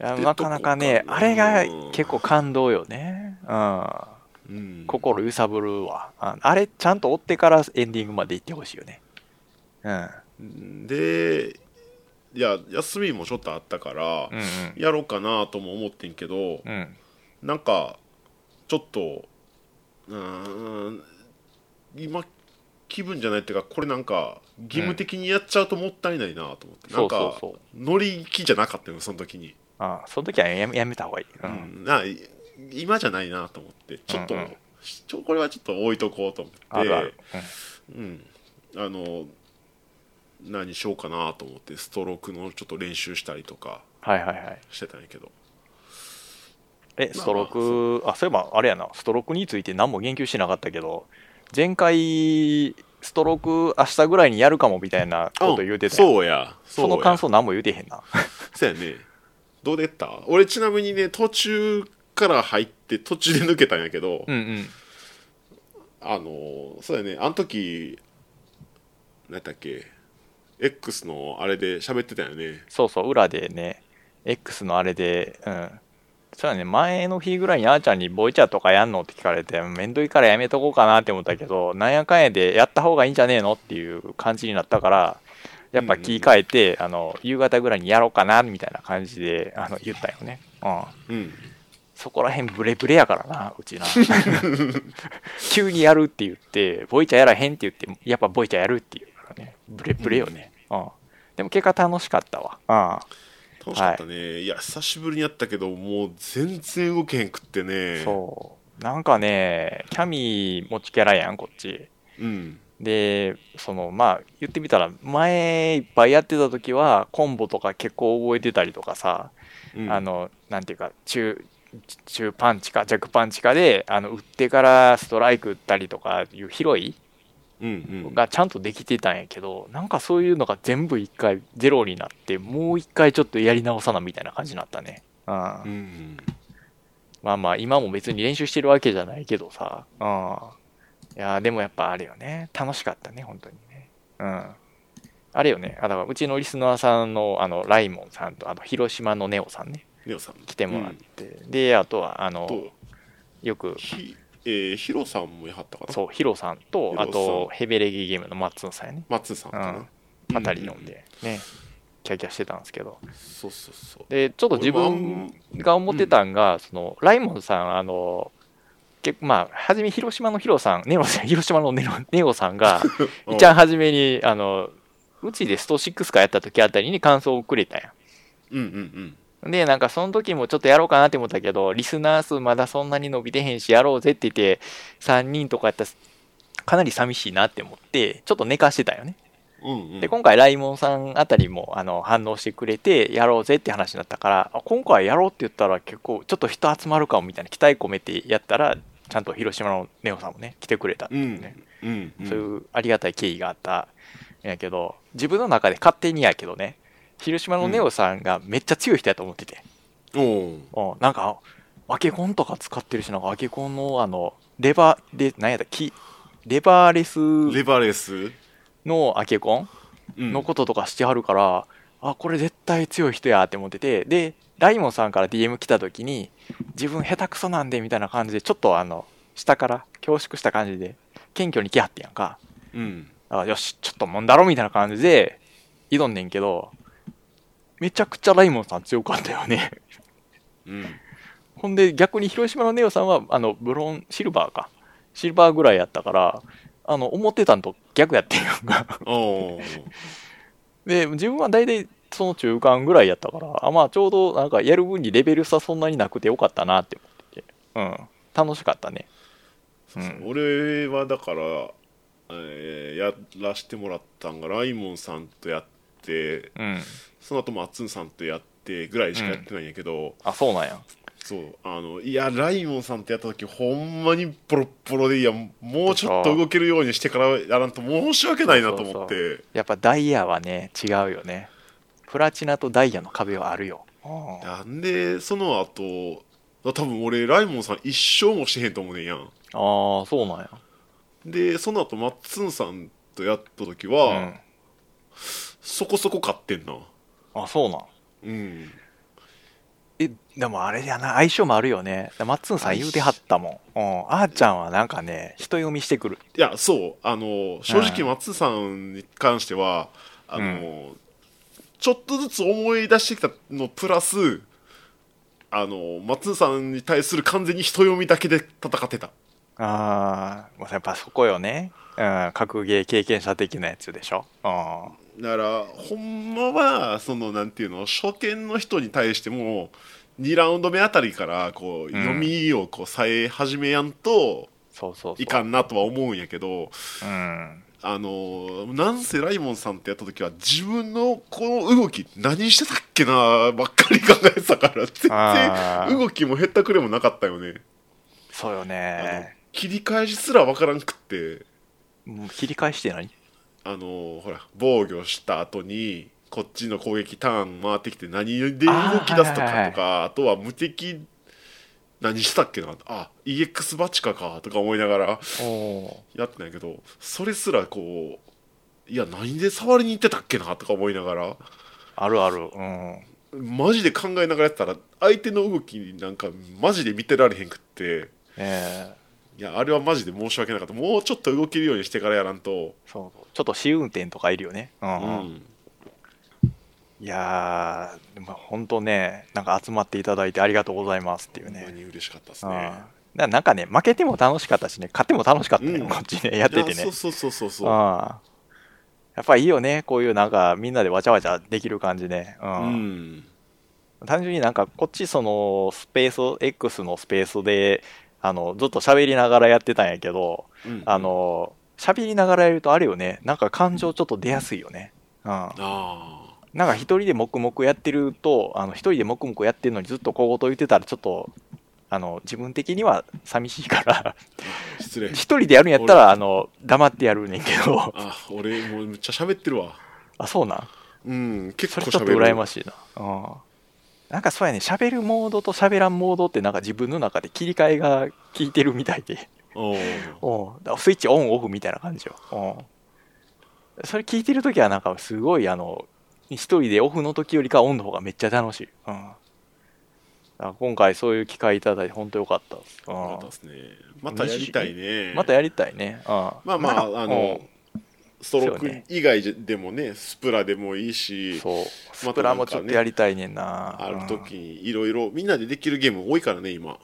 B: いや
A: で
B: なかなかね、
A: どこ
B: あ
A: か
B: れ
A: な
B: が結構感動よね。うん。
A: うん
B: 心揺さぶるわ。ああれ、ちゃんと追ってからエンディングまで行ってほしいよね。うん。うん
A: でいや休みもちょっとあったから、
B: うん。
A: やろうかなとも思ってんけど、
B: うん。
A: なんかちょっとうーん今気分じゃないっていうかこれなんか義務的にやっちゃうともったいないなと思って、
B: そう
A: な
B: そ
A: んか
B: うそう。
A: 乗り気じゃなかったよその時に、
B: あその時はやめやめた方がいい。う。
A: うんんない今じゃないなと思ってちょっと、
B: うんうん
A: ちょこれはちょっと置いとこうと思って
B: あるある。うん
A: うん、あの何しようかなと思ってストロークのちょっと練習したりとか
B: はいはいはい。
A: してたんやけど
B: え、
A: まあ
B: ストローク、あ、そういえばあれやな、ストロークについて何も言及してなかったけど、前回、ストローク明日ぐらいにやるかもみたいなこと言うてたやん
A: そうや
B: そう
A: や
B: の感想何も言うてへんな。
A: そうやね。どうでった俺ちなみにね、途中から入っって途中で抜けたんやけど、
B: うんうん
A: あのそうやねあの時何やったっけ X のあれで喋ってたよね
B: そうそう、裏でね、X のあれで、うん。そうやね、前の日ぐらいにあーちゃんにボイチャとかやんのって聞かれて、めんどいからやめとこうかなって思ったけど、なんやかんやでやった方がいいんじゃねえのっていう感じになったから、やっぱ切り替えて、あの、夕方ぐらいにやろうかな、みたいな感じで、あの、言ったよね。うん。
A: うん
B: そこら辺ブレブレやからな、う ちな。急にやるって言って、ボイチャやらへんって言って、やっぱボイチャやるって言うからね。ブレブレよね。うん。でも結果楽しかったわ。うん。
A: 楽しかったね、い、や久しぶりにやったけどもう全然動けへんくってね
B: そう。なんかね、キャミー持ちキャラやん、こっち。
A: うん
B: で、その、まあ、言ってみたら、前いっぱいやってた時は、コンボとか結構覚えてたりとかさ、
A: うん
B: あの、なんていうか、中、中パンチか弱パンチかで、あの、打ってからストライク打ったりとかいう広い
A: うんうん
B: がちゃんとできてたんやけど、なんかそういうのが全部一回ゼロになって、もう一回ちょっとやり直さなみたいな感じになったね。うん。
A: うんうん
B: まあまあ、今も別に練習してるわけじゃないけどさ。うん。いやー、でもやっぱあれよね。楽しかったね、本当にね。うん。あれよね。あ、だからうちのリスナーさんの、あの、ライモンさんと、あと、広島のネオさんね、
A: ネオさん
B: 来てもらって。で、あとは、あの、
A: と
B: よく、
A: ひ、えー、ヒロさんもやはったかな
B: そう、ヒロさんと
A: ヒロ、さん
B: あと、ヘベレギゲームのマッツンさんやね。
A: 松さんか
B: うん
A: な
B: あたり飲んで、ね、キャキャしてたんですけど。
A: そうそうそう
B: で、ちょっと自分が思ってたんが、そのライモンさん、あの、結構まあ、はじめ広島のヒロさん、ネオさん、 広島のネロネオさんが、
A: うん
B: いちゃんはじめに、あの、うちでスト6かやった時あたりに感想をくれたや
A: うんうん
B: ん。で、なんかその時もちょっとやろうかなって思ったけど、リスナー数まだそんなに伸びてへんし、やろうぜって言って、3人とかやったら、かなり寂しいなって思って、ちょっと寝かしてたよね。
A: うんうんうん
B: で、今回、ライモンさんあたりもあの反応してくれて、やろうぜって話になったから、あ今回やろうって言ったら結構、ちょっと人集まるかもみたいな期待込めてやったら、ちゃんと広島のネオさんもね、来てくれたって
A: う
B: いうね
A: ん、うんうん
B: そういうありがたい経緯があったんやけど、自分の中で勝手にやけどね、広島のネオさんがめっちゃ強い人やと思ってて、
A: おー
B: うん、なんか、アケコンとか使ってるし、なんかアケコンのあの、レバー、で、なんやった、きレバーレス
A: レバレス
B: のアケコン
A: うん
B: のこととかしてはるから、あこれ絶対強い人やって思っててでライモンさんから DM 来た時に自分下手くそなんでみたいな感じでちょっとあの下から恐縮した感じで謙虚に来はってやんか
A: うん
B: あよしちょっともんだろみたいな感じで挑んでんけどめちゃくちゃライモンさん強かったよね
A: うん
B: ほんで逆に広島のネオさんはあのブロンシルバーかシルバーぐらいやったからあの思ってたんと逆やってんやんか
A: おー
B: で、自分は大体その中間ぐらいやったから、あまあちょうどなんかやる分にレベル差そんなになくてよかったなって思ってて、うん、楽しかったね。
A: そうそう
B: う
A: 俺はだから、えーやらしてもらったんがライモンさんとやって
B: うん。
A: その後もアッツンさんとやってぐらいしかやってないんやけど、
B: あ、そうなんや。
A: そうあのいやライモンさんとやった時ほんまにボロッボロでいやもうちょっと動けるようにしてからやらんと申し訳ないなと思って
B: やっぱダイヤはね、違うよね。プラチナとダイヤの壁はあるよ。うん
A: なんでその後多分俺ライモンさん一生もしてへんと思うねんやん
B: ああ、そうなんや。
A: でその後マッツンさんとやった時
B: う
A: は、
B: ん。
A: そこそこ勝ってんな
B: あ、そうなん。
A: うん
B: え、でもあれやな、相性もあるよね。マッツンさん言うてはったもん。うん。あーちゃんはなんかね、人読みしてくる。
A: いやそうあの正直松さんに関しては、あの、ちょっとずつ思い出してきたのプラスあの松さんに対する完全に人読みだけで戦ってた
B: ああ、やっぱそこよね。うん、格ゲー経験者的なやつでしょ。あ
A: だからほんまはそのなんていうの初見の人に対しても2ラウンド目あたりからこう、
B: うん
A: 読みをこうさえ始めやんと
B: そうそうそう。
A: いかんなとは思うんやけど
B: うん。
A: あのなんせライモンさんってやった時は自分のこの動き何してたっけなばっかり考えてたから
B: あ
A: 全
B: ー
A: 然動きもへったくれもなかったよね、
B: そうよ
A: あの
B: ね。
A: 切り返しすらわからんくって
B: もう切り返して何
A: あのほら防御した後にこっちの攻撃ターン回ってきて何で動き出すと
B: あーはいはい
A: か
B: はい
A: とかあとは無敵何したっけなあ EX バチカかとか思いながら
B: お
A: やってないけどそれすらこういや何で触りに行ってたっけなとか思いながら
B: あるあるうん
A: マジで考えながらやってたら相手の動きなんかマジで見てられへんくって
B: ええ
A: いやあれはマジで申し訳なかったもうちょっと動けるようにしてからやらんと、
B: そうちょっと試運転とかいるよねうん、
A: うん、
B: いやーでも本当ねなんか集まっていただいてありがとうございますってい
A: ほ
B: うん
A: ま
B: ね
A: に嬉しかったです
B: うん
A: ね
B: ななんかね負けても楽しかったしね勝っても楽しかったね、
A: うん
B: こっちねやってて
A: い
B: ね
A: やそうそうそうそうそう
B: ああやっぱいいよね、こういうなんかみんなでわちゃわちゃできる感じね。う
A: うんん
B: 単純になんかこっちそのスペースを、X のスペースであのずっと喋りながらやってたんやけど、
A: うん
B: あの喋りながらやるとあれよね、なんか感情ちょっと出やすいよね。うん、
A: ああ
B: なんか一人で黙々やってると、あの一人で黙々やってるのにずっと小言言ってたらちょっと、あの自分的には寂しいから、
A: 失礼
B: 一人でやるんやったらあの黙ってやるねんけど、
A: あ俺もうめっちゃ喋ってるわ
B: あ、そうなん
A: うん結
B: そ
A: 構喋る
B: れちょっと羨ましいな。うんなんかそうやね、喋るモードと喋らんモードってなんか自分の中で切り替えが効いてるみたいで、
A: おう
B: うんだからスイッチオンオフみたいな感じよ。うんそれ聞いてるときはなんかすごいあの、一人でオフの時よりかオンの方がめっちゃ楽しい。うんだから今回そういう機会いただいて本当よかったです。うん
A: よかったですねまたやりたいね
B: またやりたいね。うん
A: まあま
B: なんか
A: ああの
B: うん
A: ストロ
B: そうよ
A: ー
B: ね
A: ク以外でもねスプラでもいいし
B: そう、スプラもちょっとやりたいねんな。
A: ある
B: うん
A: 時にいろいろみんなでできるゲーム多いからね今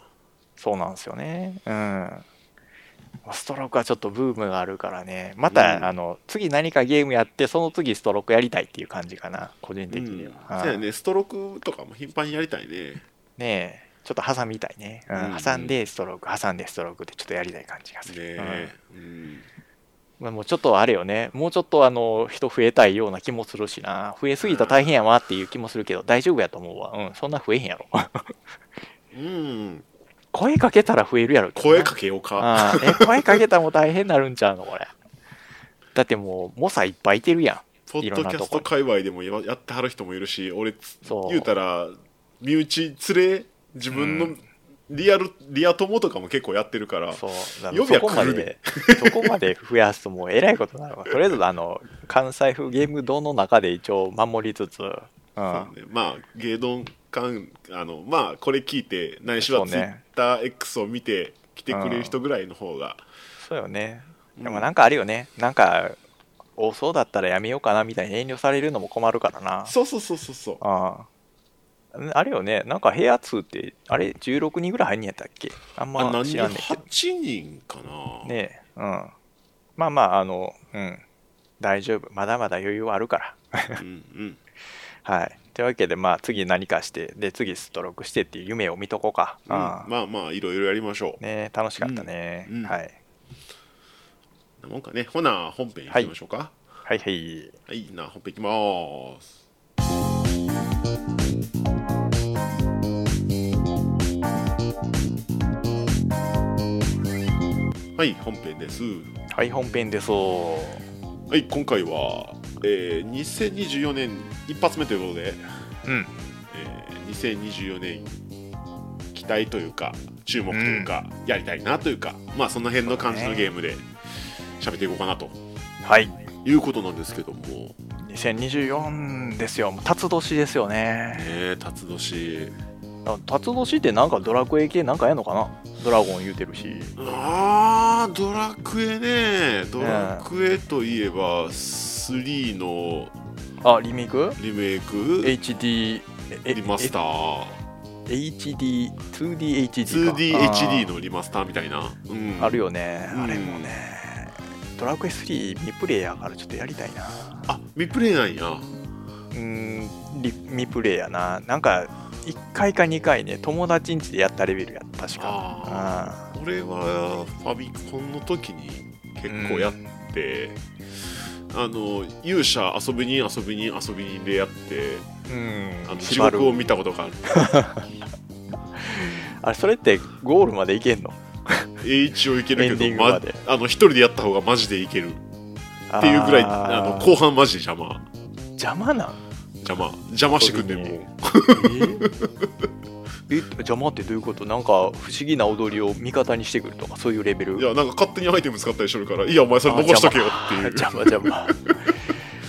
B: そうなんですよね。うん。ストロークはちょっとブームがあるからね。また、
A: うん
B: あの、次何かゲームやって、その次ストロークやりたいっていう感じかな、個人
A: う
B: 的に
A: ん
B: は。
A: そう
B: う
A: や
B: ん
A: ねストロークとかも頻繁にやりたいね
B: ねえ、ちょっと挟みたいね。うん
A: うん
B: 挟んでストローク、挟んでストロークでちょっとやりたい感じがす
A: ね
B: る。
A: えうん
B: うんまあ、もうちょっとあれよね、もうちょっとあの人増えたいような気もするしな、増えすぎたら大変やわっていう気もするけど、大丈夫やと思うわ。うん、そんな増えへんやろ。
A: うん
B: 声かけたら増えるやろ。
A: 声かけようか
B: ああえ声かけたらもう大変になるんちゃうのこれだってもう猛者いっぱいいてるや
A: ポッドキャスト界隈でもややってはる人もいるし俺つ
B: そう
A: 言うたら身内連れ自分
B: う
A: のリアルリア友とかも結構やってるから
B: んそうだ
A: 呼びゃ
B: そこま
A: 来る
B: で
A: で
B: そこまで増やすともうえらいことになるわとりあえずあの関西風ゲーム堂の中で一応守りつつ、うん
A: そうねまあ芸能関あのまあこれ聞いてないしは
B: そう
A: ツイッ
B: ね
A: ター X を見て来てくれる人ぐらいの方が、
B: そうよね。
A: うん
B: でもなんかあるよね。なんか、多そうだったらやめようかなみたいに遠慮されるのも困るからな。
A: そうそうそうそうそう
B: あああれよね。なんか部屋2って、あれ16人ぐらい入んねやったっけあん
A: あ
B: ま
A: 何
B: 知
A: 人
B: らんねんけど。
A: 8人かな、
B: ねえ、うん。まあまあ、あの、うん。大丈夫。まだまだ余裕はあるから。
A: うん
B: はい。というわけで、まあ、次何かして、で、次ストロークしてっていう夢を見とこうか。
A: うん、
B: ああ
A: まあまあいろいろやりましょう、
B: ねえ楽しかったね、
A: うんうん
B: はい。
A: なもんかねほな本編いきましょうかは
B: はいはい。
A: い、な本編いきまーすはい本編です
B: はい、本編でそ
A: はい今回は、えー2024年一発目ということで、
B: う。うん。
A: えー2024年期待というか注目というか、やりたいなというかまあその辺の感じのゲームで喋っていこうかなと
B: はい。
A: いうことなんですけども
B: 2024ですよ。もう辰年ですよね。
A: ね辰年
B: あ辰年ってなんかドラクエ系なんかやんのかなドラゴン言うてるし。
A: あードラクエねドラクエといえば3の
B: あ、リメイク
A: リメイク
B: ?HD、え
A: リマスター
B: HD、2DHD か。
A: 2DHD のリマスターみたいな、うん、
B: あるよね、
A: うん
B: あれもねドラクエ3未プレイヤーからちょっとやりたいな
A: あ未プレイなんや
B: うーんリ未プレイヤーななんか1回か2回ね友達ん家でやったレベルやった確か
A: あー俺はファミコンの時に結構やっ
B: うん
A: て、あの勇者遊びに遊びに遊びにでやって
B: うん
A: あの地
B: 縛
A: 獄を
B: る
A: 見たこと がある
B: あれそれってゴールまでいけんの
A: H をいける
B: エンデ
A: け
B: ィン
A: ど、
B: グま
A: ま
B: で、
A: あの一人でやった方がマジでいけるっていうぐらいあの後半マジで邪魔
B: 邪魔なん
A: 邪魔邪魔してくんねんもう
B: えーえ邪魔ってどういうことなんか不思議な踊りを味方にしてくるとかそういうレベル
A: いやなんか勝手にアイテム使ったりするからいやお前それ残しとけよっていう
B: 邪魔邪魔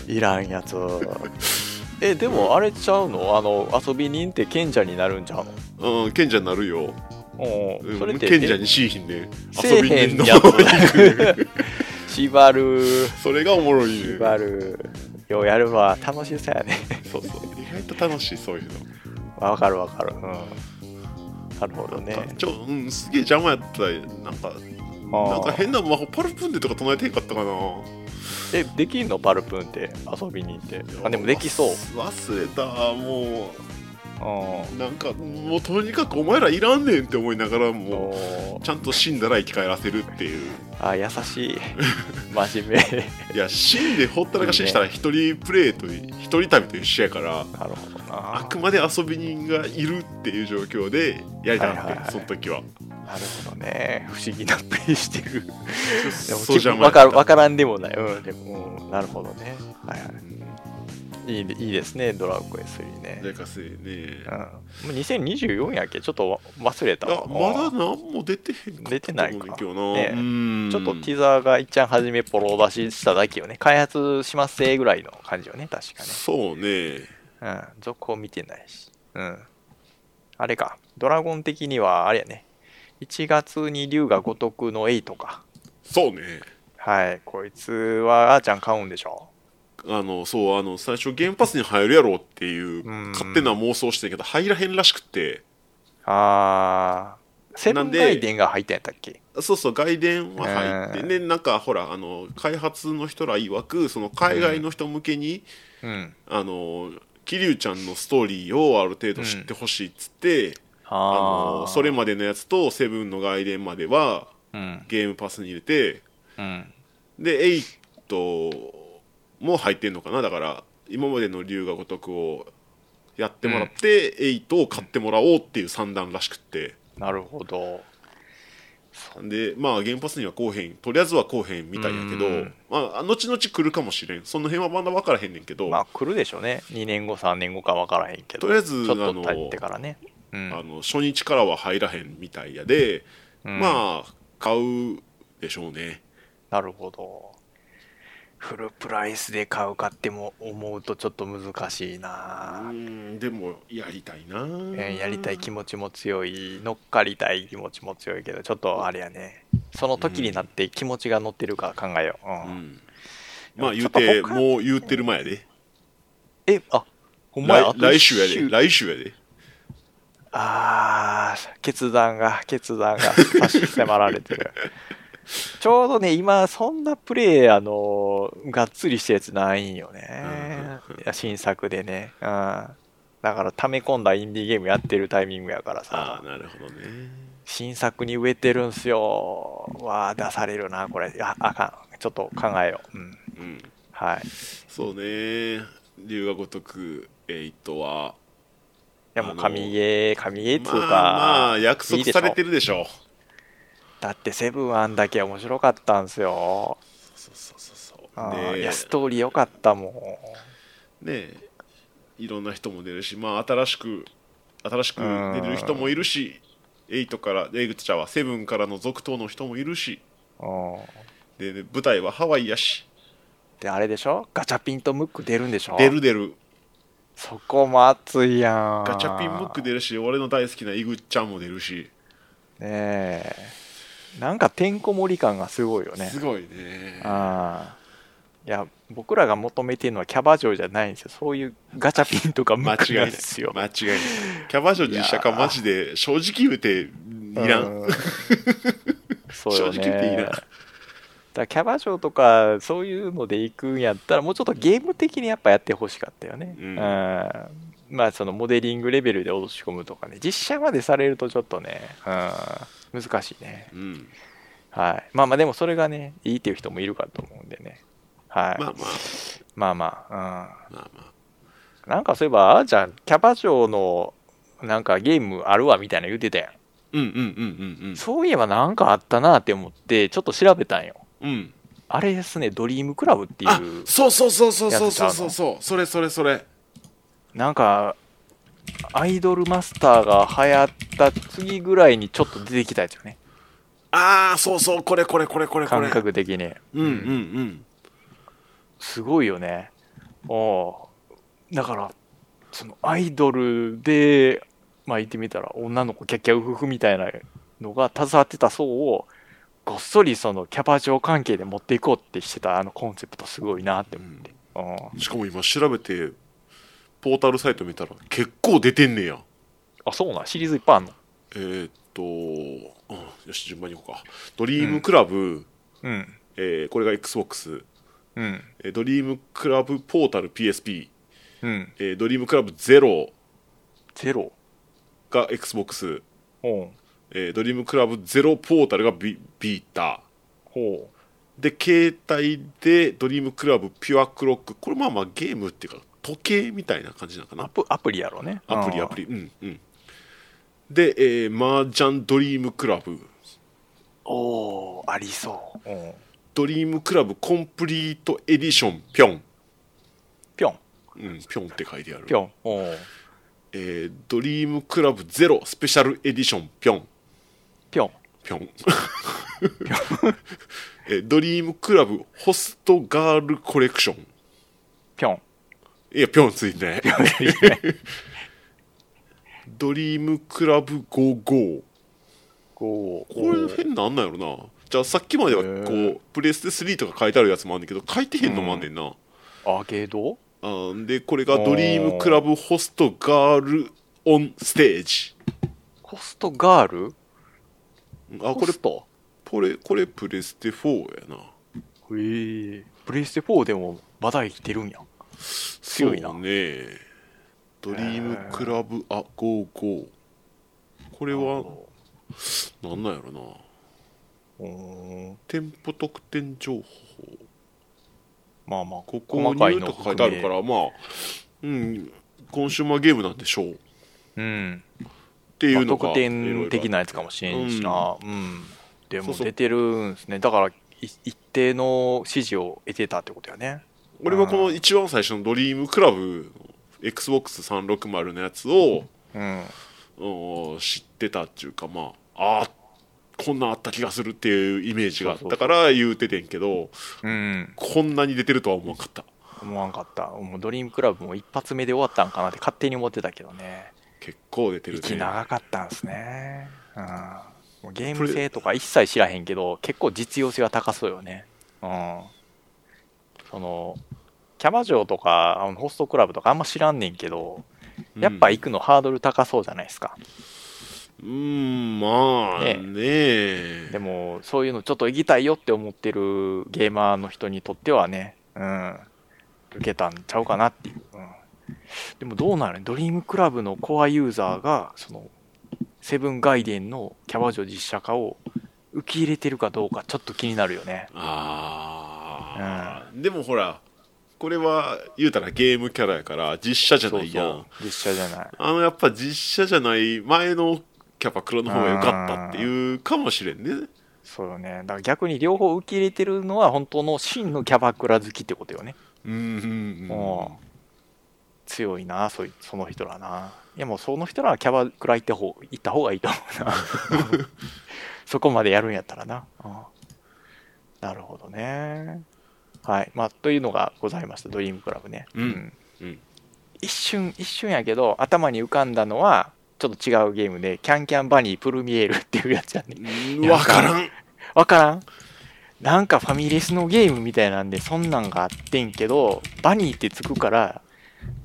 B: いらんやつえでもあれちゃうのあの遊び人って賢者になるんちゃうの
A: うん賢者になるよ、
B: お
A: う、
B: うんそれって
A: 賢者にしいひんね
B: せ
A: 遊び
B: えへ
A: 人
B: ん
A: の
B: や
A: 方に
B: つ 縛る
A: それがおもろいね
B: 縛るようやるわ楽しそうやね
A: そうそう意外と楽しいそういうの
B: わかるわかるうんなるほどね
A: ちょ、うん、すげえ邪魔やったりなんかなんか
B: あー
A: 変な魔法パルプンデとか唱えてへんかったかな
B: えできんのパルプンって遊びに行ってあでもできそう
A: 忘れたも
B: うん
A: うなんかもうとにかくお前らいらんねんって思いながらも
B: お
A: うちゃんと死んだら生き返らせるっていう
B: あ優し い真面目
A: いや死んでほったらかしにしたら一人プレイと一人旅と一緒やから
B: なるほどな
A: あくまで遊び人がいるっていう状況でやりたか
B: はい
A: っ
B: はいは
A: て
B: い
A: その時は
B: なるほどね不思議なプレイしてるでも
A: そうじゃ
B: わかるわ
A: か
B: からんでもないうんでも、うんなるほどねはいはいいいでいいですねドラゴンエス3ね
A: でかせね
B: うん、もう2024やっけちょっと忘れた
A: いや
B: わ
A: まだ何も出てへんか
B: 出てないか
A: と思うねんけどな
B: ね
A: うん
B: ちょっとティザーがいっちゃん初めポロ出ししただけよね開発しますせーぐらいの感じよね確かね
A: そうね
B: うん、続報見てないし。うん。あれか、ドラゴン的にはあれやね。1月に竜が如くの8か。
A: そうね
B: はい、こいつはあーちゃん買うんでしょ。
A: あのそうあの最初原発に入るやろうっていう
B: うん
A: 勝手な妄想してんけど入らへんらしくって
B: あー、セブ
A: なん
B: ン
A: で
B: ガイデンが入ったんやったっけ
A: そうそう外伝は入っ
B: う
A: て
B: ん
A: ねなんかほらあの開発の人ら曰くその海外の人向けに
B: うん。
A: あの桐生ちゃんのストーリーをある程度知ってほしいっつって、あのそれ
B: も。
A: までのやつとセブンの外伝までは
B: うん。
A: ゲームパスに入れて
B: うん。
A: で8も入ってんのかなだから今までの龍が如くをやってもらって、8を買ってもらおうっていう算段らしくって
B: なるほど。
A: でまあ原発にはこうへんとりあえずはこうへんみたいやけど、
B: うん
A: まあ、後々来るかもしれんその辺はまだ分からへんねんけど、
B: まあ来るでしょうね。2年後、3年後か分からへんけ
A: と
B: ど。
A: りあえず
B: ちょっ
A: あ
B: と
A: の
B: 経ってからね。う
A: あ
B: ん。
A: の初日からは入らへんみたいやで、
B: うん
A: まあ買うでしょうね
B: なるほど。フルプライスで買うかっても思うとちょっと難しいうな、
A: んでもやりたいな、
B: えーやりたい気持ちも強い、乗っかりたい気持ちも強いけど、ちょっとあれやね。その時になって気持ちが乗ってるか考えよう。うん
A: うんまあ
B: ち
A: 言
B: ょ
A: う
B: っと
A: て
B: 他
A: もう言うてる前やで
B: え、あ、ほんまや
A: 来。来週やで
B: あと一
A: 来週やで
B: あー、決断が、決断が差し迫られ てる。ちょうどね、今、そんなプレイヤーの、がっつりしたやつないんよね
A: うん。
B: いや新作でね。うん。だから、溜め込んだインディーゲームやってるタイミングやから
A: あ
B: さ
A: あ。なるほどね
B: 新作に植えてるんすよ。わあ、出されるな、これ。あ、あかん。ちょっと考えよう。うん。
A: うん
B: はい。い
A: そうね龍が如く8は
B: や、もう
A: あの
B: 神ゲー、神ゲーっつうか。
A: まあまあ約束されてるでしょう
B: だって、セブンあんだけ面白かったんすよ。
A: そうそうそう
B: あ
A: そう
B: ーい
A: で
B: や、ストーリー良かったも
A: ねいろんな人も出るしまあ新しく新しく出てる人もいるし8からで口ちゃんは7からの続投の人もいるし
B: ん。うん。
A: で、ね、舞台はハワイやし
B: で、あれでしょガチャピンとムック出るんでしょ
A: 出る出る
B: そこも熱いやん。
A: ガチャピンムック出るし俺の大好きなイグちゃんも出るし
B: ねえ。なんかてんこ盛り感がすごいよね
A: す。ごいね
B: ああ。いや、僕らが求めてるのはキャバ嬢じゃないんですよ。そういうガチャピンとかム
A: 間
B: ック
A: 違い
B: な
A: なんい
B: ですよ。
A: 間違いないキャバ嬢実写化
B: いやー
A: マジで正直言うていらん
B: うん。 そうよね。
A: 正直言っていらん
B: だからキャバ嬢とかそういうので行くんやったらもうちょっとゲーム的にやっぱやってほしかったよね、
A: うん
B: まあそのモデリングレベルで落とし込むとかね実写までされるとちょっとね、うん、難しいね
A: うん
B: はいまあまあでもそれがねいいっていう人もいるかと思うんでねはい、
A: まあまあ
B: まあまあ、
A: まあま
B: うん、なんかそういえばあーちゃんキャバ嬢のなんかゲームあるわみたいなの言ってたやん
A: あうんうんうんうん
B: そういえばなんかあったなって思って、ちょっと調べたんよ。
A: うんうん
B: あれですね、ドリームクラブってい
A: あ
B: う、
A: そうそうそうそうそうそう
B: やつちゃう
A: そう
B: の
A: そうそれそれそれ
B: なんか、アイドルマスターが流行った次ぐらいにちょっと出てきたやつよね
A: ああそうそうこれこれこれこれこれ
B: 感覚的に
A: うんうんうん
B: すごいよねおだからそのアイドルでまあ言ってみたら女の子キャッキャウフフみたいなのが携わってた層をごっそりそのキャバ嬢関係で持っていこうってしてたあのコンセプトすごいなって思って、うん
A: しかも今調べてポータルサイト見たら結構出てんねや
B: あそうなんシリーズいっぱいあんの
A: えーっと、うん、よし順番にいこうかドリームクラブ、
B: うん
A: えーこれが XBOX
B: うん
A: えードリームクラブポータル PSP、
B: うん
A: えードリームクラブゼロ
B: ゼロ
A: が XBOX、
B: ほ
A: えードリームクラブゼロポータルがビビータ
B: うほ
A: ーで携帯でドリームクラブピュアクロックこれまあまあゲームっていうか時計みたいな感じなのか
B: うア
A: な
B: プアプリやろうね
A: アプリ
B: うん
A: アプリうんうんで、えー、マージャンドリームクラブ
B: おーありそう、うん、
A: ドリームクラブコンプリートエディションピョン
B: ぴょん
A: うん、ピョンって書いてある
B: ぴょんおー
A: えードリームクラブゼロスペシャルエディションピョン
B: ぴょん
A: ぴょん。 えドリームクラブホストガールコレクション。
B: ぴょん
A: いや、ぴょんついてない。ドリームクラブ55。こ
B: こ
A: れ変なんなんやろな。じゃあさっきまでは
B: へ
A: こ
B: ー
A: う、プレステ3とか書いてあるやつもあんねんけど、書いてへんのもあんねんな。
B: アーケード
A: あーで、これがドリームクラブホストガールオンステージ。
B: ホストガール
A: あ、こ
B: ホ
A: れ
B: ス、ト
A: これ、これプレステ4やな。
B: へえプレイステ4でも話題来てるんや強いな
A: そうねドリームクラブあ55これはなんなんやろな
B: うん
A: 店舗特典情報
B: まあまあ
A: ここ
B: 細かい
A: 入
B: の
A: とか書いてあるからまあうんコンシューマーゲームなんでしょうっ
B: うん
A: ていうのが
B: 特典的なやつかもしれんしな、うんでも出てるんですねだからい一定の支持を得てたってことやね
A: 俺はこの一番最初のドリームクラブ XBOX360 のやつを
B: うん
A: うん知ってたっていうかまああーこんなんあった気がするっていうイメージがあったから言うててんけど
B: うん
A: こんなに出てるとは思わんかった
B: 思わんかったもうドリームクラブも一発目で終わったんかなって勝手に思ってたけどね
A: 結構出てる
B: 息
A: ね
B: 長かったんですね、うん、もうゲーム性とか一切知らへんけど結構実用性は高そうよねうんそのキャバ嬢とかあのホストクラブとかあんま知らんねんけどやっぱ行くのハードル高そうじゃないですか、
A: うん、うんまあね
B: でもそういうのちょっと行きたいよって思ってるゲーマーの人にとってはねうん受けたんちゃうかなっていう、うん、でもどうなるドリームクラブのコアユーザーがそのセブンガイデンのキャバ嬢実写化を受け入れてるかどうかちょっと気になるよね
A: ああ、でもほらこれは言うたらゲームキャラやから実写じゃないやん
B: そうそう実写じゃない
A: あのやっぱ実写じゃない前のキャパクロの方が良かったっていうかもしれんね
B: そうよねだから逆に両方受け入れてるのは本当の真のキャバクラ好きってことよね
A: うんうんうん
B: もう強いなそいその人らないやもうその人らはキャバクラ行った方行った方がいいと思う なそこまでやるんやったらな、うんなるほどねはいまあというのがございましたドリームクラブね
A: うんうん
B: 一瞬一瞬やけど頭に浮かんだのはちょっと違うゲームで「キャンキャンバニープルミエール」っていうやつやね
A: うんわからん
B: わからんなんかファミレスのゲームみたいなんでそんなんがあってんけどバニーってつくから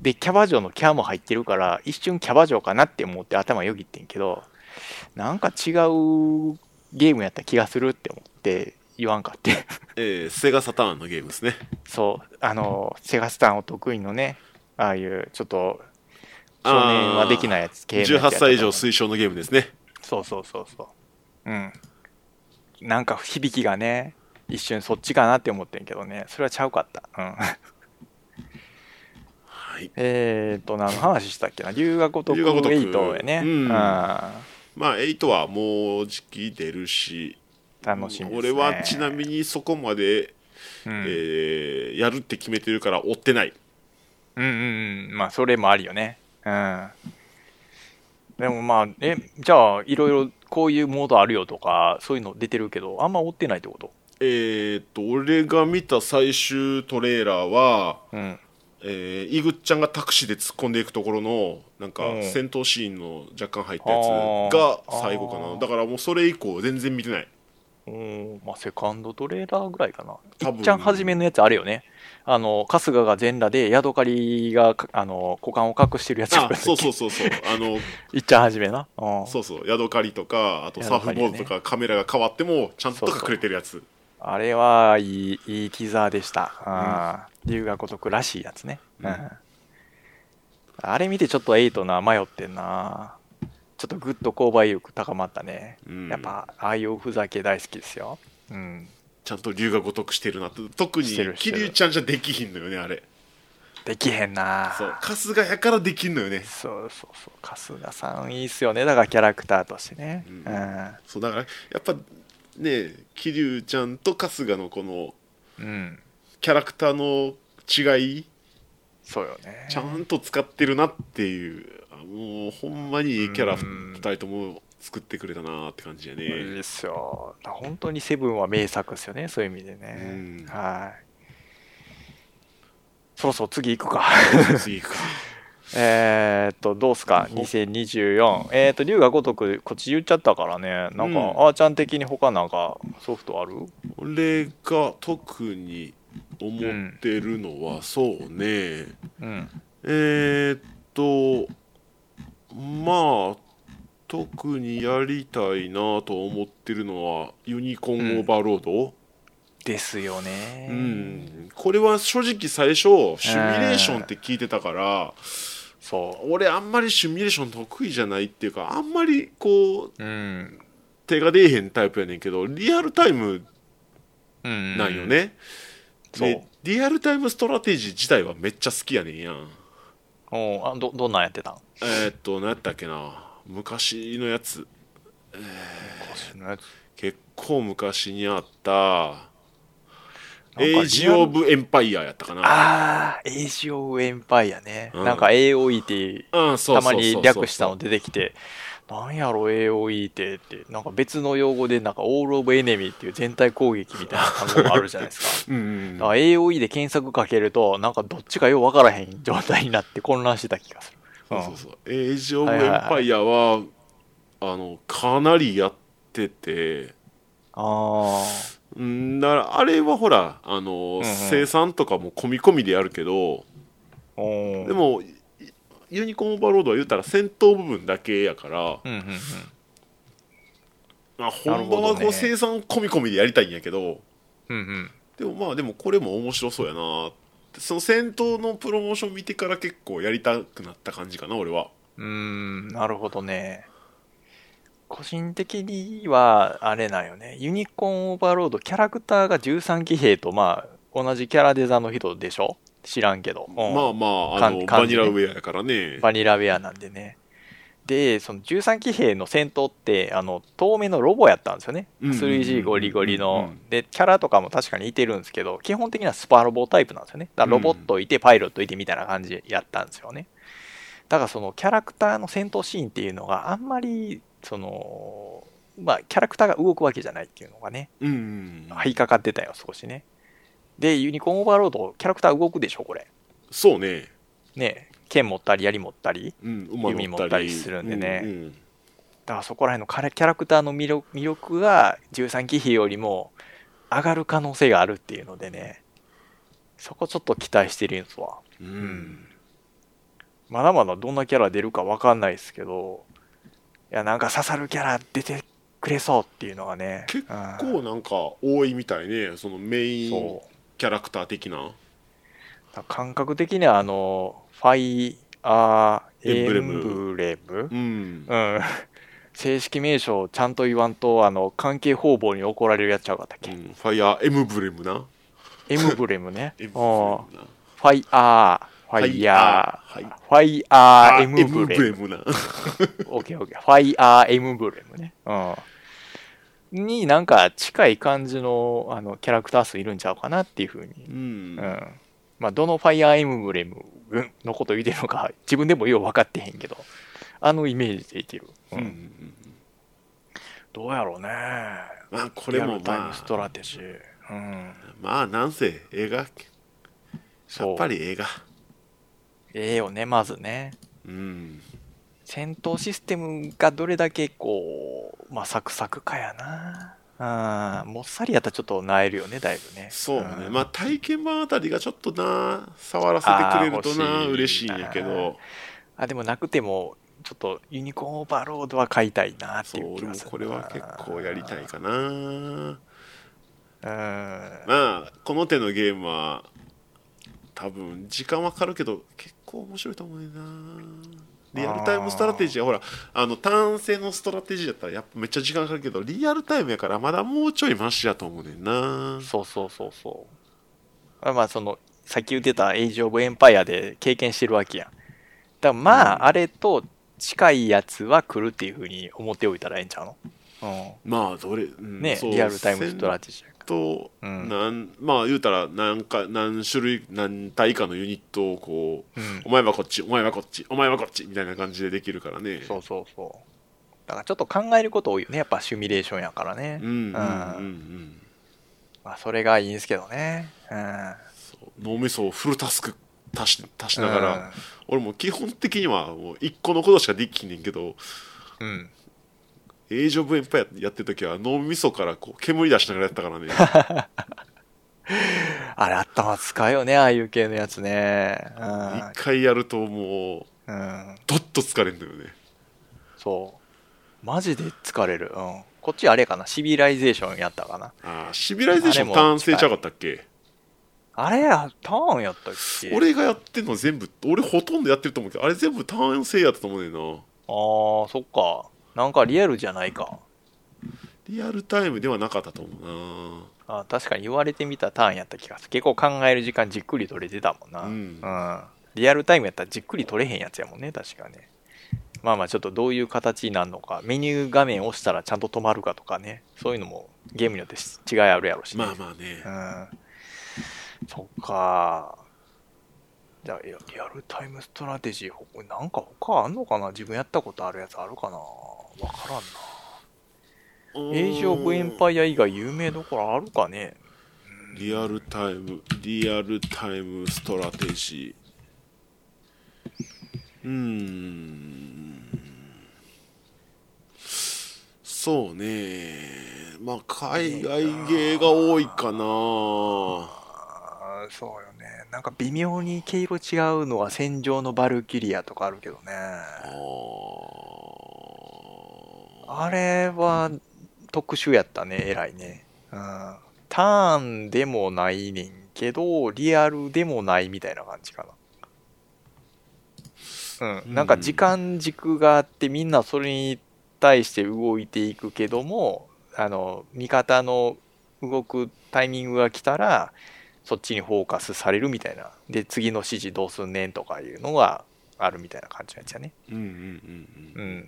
B: でキャバ嬢のキャーも入ってるから一瞬キャバ嬢かなって思って頭よぎってんけどなんか違うゲームやった気がするって思って言わんかって
A: えーセガサターンのゲームですね
B: そうあのセガスタンお得意のねああいうちょっと少年はできないやつ系のやつや
A: 18
B: ったと思う
A: 歳以上推奨のゲームですね
B: そうそうそうそう。うん。なんか響きがね、一瞬そっちかなって思ってんけどね、それはちゃうかった。うん。
A: はい
B: えーっと、何の話したっけな、龍が如く
A: 龍が如く
B: 8やね。
A: うん
B: あ
A: まあ8はもう時期出るし
B: ー楽しみです、
A: 俺
B: ね。
A: はちなみにそこまで、
B: うん、うん
A: えーやるって決めてるから追ってない
B: うんうん。まあ、それもあるよね。うん。でもまあ、え、じゃあ、いろいろこういうモードあるよとか、そういうの出てるけど、あんま追ってないってこと
A: えーっと俺が見た最終トレーラーは
B: うん。
A: えー、イグッちゃんがタクシーで突っ込んでいくところのなんか
B: うん
A: 戦闘シーンの若干入ったやつが
B: あー
A: 最後か
B: あ
A: な
B: ー
A: だからもうそれ以降全然見て ない
B: うん、まあ、セカンドトレーラーぐらいかな。い
A: 多分
B: っちゃん初めのやつあるよね。あの、春日が全裸で、ヤドカリがか、あの、股間を隠してるやつ。
A: あそうそううそうそうあ の
B: いっちゃん初めな。うん。
A: そうそうヤドカリとかあとサーフボードと
B: ヤド
A: かカメラが変わってもちゃんと
B: そうそう
A: 隠れてるやつ
B: あれはいい、いいティザーでした。あー龍が如くらしいやつね。
A: うん
B: うんあれ見てちょっとエイトな、迷ってんな。ちょっとグッと購買意欲高まったね。
A: うん
B: やっぱ、ああいうおふざけ大好きですよ。うん。
A: ちゃんと龍が如くしてるなと特に
B: してるして
A: 桐
B: る
A: 生ちゃんじゃできひんのよねあれ
B: できへんな。
A: そう春日やからできんのよね
B: そうそうそう春日さんいいっすよねだからキャラクターとしてね
A: う
B: うんん、
A: そうだからやっぱね桐生ちゃんと春日のこの
B: うん、
A: キャラクターの違い
B: そうよね
A: ちゃんと使ってるなっていう、あもうほんまにいいキャラ
B: うん
A: 2人とも作ってくれたなって感じや
B: いい
A: ね。
B: っすよだから本当にセブンは名作っすよねそういう意味で
A: うん
B: ねはいそろそろ次行くか
A: 次行くか。
B: えーっとどうっすか
A: お
B: 2024えーっと龍が如くこっち言っちゃったからねなんか、
A: うん
B: あーちゃん的に他なんかソフトある
A: 俺が特に思ってるのは、そうね、
B: うん
A: えー、っと、まあ、特にやりたいなと思ってるのは、ユニコーンオーバーロード。
B: ですよね
A: うん、これは正直最初シミュレーションって聞いてたから、
B: そ
A: 俺あんまりシミュレーション得意じゃないっていうかあんまりこう
B: ううん
A: 手が出えへんタイプやねんけどリアルタイム
B: うん
A: なんよね、
B: そう
A: でリアルタイムストラテジー自体はめっちゃ好きやねんやん
B: おあどどんなんやってたん
A: えーっと何やったっけな昔のやつ
B: 昔のやつ
A: 結構昔にあった
B: なん
A: エ
B: か
A: イ
B: リ
A: ジ・
B: アル
A: オブ・エンパイアやったかな
B: ああ、エイジ・オブ・エンパイアね。
A: うん
B: なんか AOE って、
A: うんそうそうそう
B: た
A: そう
B: まに略したの出てきて、なんやろ AOE ってって、なんか別の用語で、なんかオール・オブ・エネミーっていう全体攻撃みたいな単語があるじゃないですか。
A: うん うん
B: だから AOE で検索かけると、なんかどっちかようわからへん状態になって混乱してた気がする。
A: そうそうそう。エイジ・オブ・エ
B: は
A: ン
B: いはいはい
A: パイアは、あの、かなりやってて、
B: あ
A: んだから、あれはほら、あの、
B: んうん
A: 生産とかも込み込みでやるけど、
B: あ。おー
A: で、も、いユニコーン・オーバーロードは言うたら戦闘部分だけやから、
B: うんうんうん。
A: まあ、本場
B: なる
A: は
B: ほ
A: こ
B: ど
A: う
B: ね
A: 生産込み込みでやりたいんやけど、
B: うんうん。
A: でもまあ、でもこれも面白そうやなってその戦闘のプロモーション見てから結構やりたくなった感じかな、俺は。
B: うーん、なるほどね。個人的には、あれなんよね。ユニコーンオーバーロード、キャラクターが13騎兵と、まあ、同じキャラデザの人でしょ知らんけど。うん
A: まあまあ、あの、
B: かん
A: バ
B: 感
A: ニ
B: じね
A: ラウェアやからね。
B: バニラウェアなんでね。で、その13騎兵の戦闘って、あの、遠目のロボやったんですよね。
A: うんうんうんうん
B: 3G ゴリゴリ
A: うんうん
B: の
A: う。ん
B: で、キャラとかも確かに似てるんですけど、基本的にはスパロボタイプなんですよね。だからロボットいて、パイロットいてみたいな感じやったんですよね。だからそのキャラクターの戦闘シーンっていうのがあんまり、その、まあ、キャラクターが動くわけじゃないっていうのがね、
A: うんうん。
B: は。いかかってたよ、少しね。で、ユニコーンオーバーロード、キャラクター動くでしょ、これ。
A: そうね。
B: ね、剣持ったり、槍持ったり。
A: うん、馬
B: 弓持ったりするんでね
A: うんうん
B: だからそこら辺のカラキャラクターの魅力魅力が13騎兵よりも上がる可能性があるっていうのでねそこちょっと期待してるんですわ
A: うん
B: まだまだどんなキャラ出るか分かんないですけどいやなんか刺さるキャラ出てくれそうっていうのがね
A: 結
B: うん
A: 構なんか多いみたいねそのメイン
B: そう
A: キャラクター的な
B: だから感覚的にはあのファイアー
A: エ
B: エ
A: ン
B: ン
A: ブ
B: ブ
A: レ
B: レ
A: ム
B: ム
A: うん
B: うん正式名称ちゃんと言わんとあの関係方々に怒られるやつちゃうかったっ
A: う
B: け、
A: んファイアーエムブレムな
B: エムブレムね
A: エムブレム
B: うん
A: な
B: ファイアー、ファイヤ
A: ファイアー
B: ー、
A: は
B: ファイア
A: あ
B: ーエムブレム。
A: ムな
B: オッケーオッケー。ファイアーエムブレムね。うん。になんか近い感じのあのキャラクター数いるんちゃうかなっていうふうに。
A: うん
B: うん。まあ、どのファイアーエムブレムのこと言うてるのか自分でもよう分かってへんけど、あのイメージでいける、う
A: うんんうん
B: どうやろうね
A: まあこれ
B: リア
A: も
B: ルタイ
A: ま
B: ムスト
A: あ
B: ラテジー、うん、
A: まあなんせ映画や
B: そう
A: っぱり映画
B: ええよねまずね
A: うん
B: 戦闘システムがどれだけこう、まあ、サクサクかやなあもっさりやったらちょっとなえるよねだいぶね
A: そうね
B: ん
A: まあ体験版あたりがちょっとな触らせてくれると
B: あ
A: な
B: ー欲
A: 嬉
B: し
A: し
B: い
A: いんやけど
B: あでもなくてもちょっとユニコーンオーバーロードは買いたいなって
A: そ
B: いうう気
A: 俺
B: が
A: も
B: する
A: これは結構やりたいかな
B: なうん
A: まあこの手のゲームは多分時間はかかるけど結構面白いと思うねんなリアルタイムストラテジーはほらあの単線のストラテジーだったらやっぱめっちゃ時間かかるけどリアルタイムやからまだもうちょいマシやと思うねんな
B: そうそうそうそうあまあそのさっき言ってたエイジ・オブ・エンパイアで経験してるわけやんだからまあ、
A: うん
B: あれと近いやつは来るっていうふうに思っておいたらええんちゃうの、
A: まあどれ、うん
B: うん、ね
A: そう
B: リアルタイムストラテジーやから
A: と、
B: うん
A: なんまあ言うたら何か何種類何体かのユニットをこう、
B: うん
A: お前はこっちお前はこっちお前はこっちみたいな感じでできるからね
B: そうそうそう。だからちょっと考えること多いよね。やっぱシミュレーションやからね。
A: うんうんうんう
B: あー
A: ん
B: まあ、それがいいんですけどね。うん。
A: そう脳みそをフルタスク足し足しながら、俺も基本的にはもう一個のことしかできんねんけど
B: うん。うん。
A: エイジ・オブ・エンパイアやってる時は脳みそからこう煙出しながらやったからね
B: あれ、頭使うよね。ああいう系のやつね。
A: 一回やるともう
B: うん。うん。
A: どっと疲れんだよね
B: そう。マジで疲れる。うん。こっちあれかな。シビライゼーションやったかな。
A: あーシビライゼーショ
B: あ
A: ン
B: れも
A: 単成ちゃうかったっけ
B: あれや、ターンやったっけあ
A: 俺がやってんの全部俺ほとんどやってると思うけどあれ全部単円制やったと思うねんな
B: あー、そっか。なんかリアルじゃないか。
A: リアルタイムではなかったと思う
B: あ確かに言われてみたターンやった気がする結構考える時間じっくり取れてたもんな、
A: うん
B: リアルタイムやったらじっくり取れへんやつやもんね確かねまあまあちょっとどういう形になるのかメニュー画面押したらちゃんと止まるかとかねそういうのもゲームによって違いあるやろうし、
A: なまあまあね
B: あうんそっかじゃあリアリアルタイムストラテジーほなんか他あんのかな自分やったことあるやつあるかなわからんなエイジ・オブ・エン
A: イ
B: パイア以外有名どころあるかね
A: リアルタイムリアルタイムストラテジーうーんそうねまあ海外芸が多いかな
B: あーそうよねなんか微妙に毛色違うのは戦場のバルキリアとかあるけどね
A: あー
B: あれは特殊やったね偉いねうんターンでもないねんけどリアルでもないみたいな感じかなうんなんか時間軸があってみんなそれに対して動いていくけどもあの味方の動くタイミングが来たらそっちにフォーカスされるみたいなで次の指示どうすんねんとかいうのがあるみたいな感じのやつやね
A: うんうんうん
B: う
A: うん
B: ん、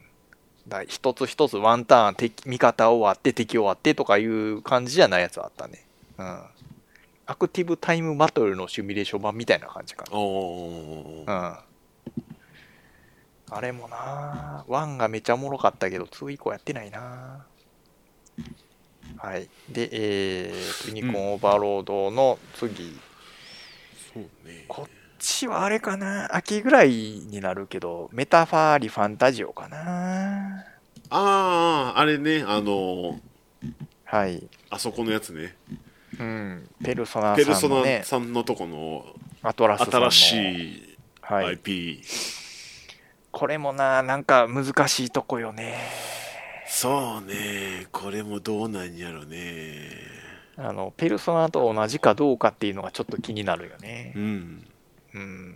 B: だから一つ一つワンターン敵味方終わって敵終わってとかいう感じじゃないやつはあったね、うん、アクティブタイムバトルのシミュレーション版みたいな感じか
A: あー
B: な、うん、あれもなワンがめちゃおもろかったけど2以降やってないなはいでえー、ユニコーンオーバーロードの次、
A: そうね
B: こっちはあれかな秋ぐらいになるけどメタファーリファンタジオかな
A: あああれねあのー
B: はい
A: あそこのやつね
B: うん、ペルソナ
A: ペル
B: さ
A: ソ
B: んの
A: ナ
B: ね、
A: さんのとこの
B: アトラスさんの
A: 新しい
B: はい
A: IP、
B: これもな、なんか難しいとこよね。
A: そうねこれもどうなんやろね
B: あの、ペルソナと同じかどうかっていうのがちょっと気になるよね
A: う。ん
B: うん。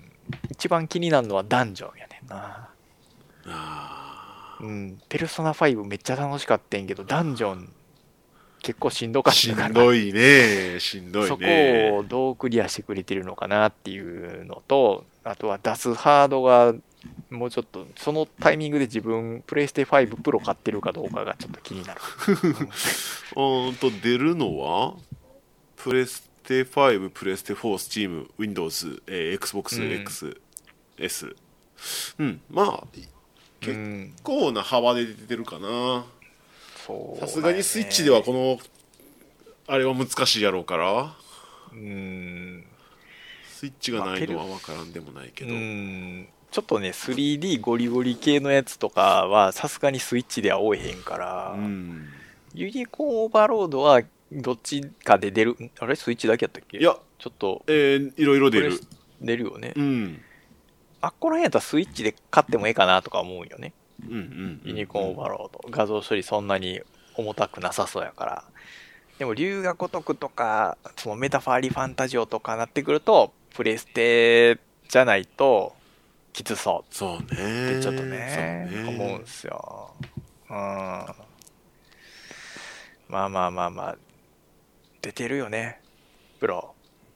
B: 一番気になるのはダンジョンやねんな。
A: あ
B: うん。ペルソナ5めっちゃ楽しかったんやけど、ダンジョン結構しんど
A: ー
B: かっ
A: した
B: から。
A: んどいねしんどい
B: そこ
A: ね
B: をどうクリアしてくれてるのかなっていうのと、あとは出すハードが、もうちょっと、そのタイミングで自分、プレイステ5プロ買ってるかどうかがちょっと気に なる。
A: うーんと出るのはプレステ5プレステ4スチーム Windows、えー、
B: うん
A: XboxXS うんまあ結
B: うん
A: 構な幅で出てるかな
B: そう
A: さすがにスイッチではこのあれは難しいやろうから
B: うん
A: スイッチが難易度は分からんでもないけど、
B: うんちょっとね 3D ゴリゴリ系のやつとかはさすがにスイッチでは追えへんから、
A: うん
B: ユニコーンオーバーロードはどっちかで出るんあれスイッチだけやったっけ
A: いや
B: ちょっと
A: えーいろいろ出
B: プレ
A: る
B: ス出るよね、
A: うん
B: あっこら辺やったらスイッチで買ってもええかなとか思うよね
A: うんうん
B: ユニコーンオーバーロード画像処理そんなに重たくなさそうやからでも龍が如くとかそのメタファーリーファンタジオとかなってくるとプレステじゃないときつそう
A: そうね
B: ってちょっとね、
A: そう
B: 思うんですよ。うん。まあまあまあまあ、出てるよね、プロ。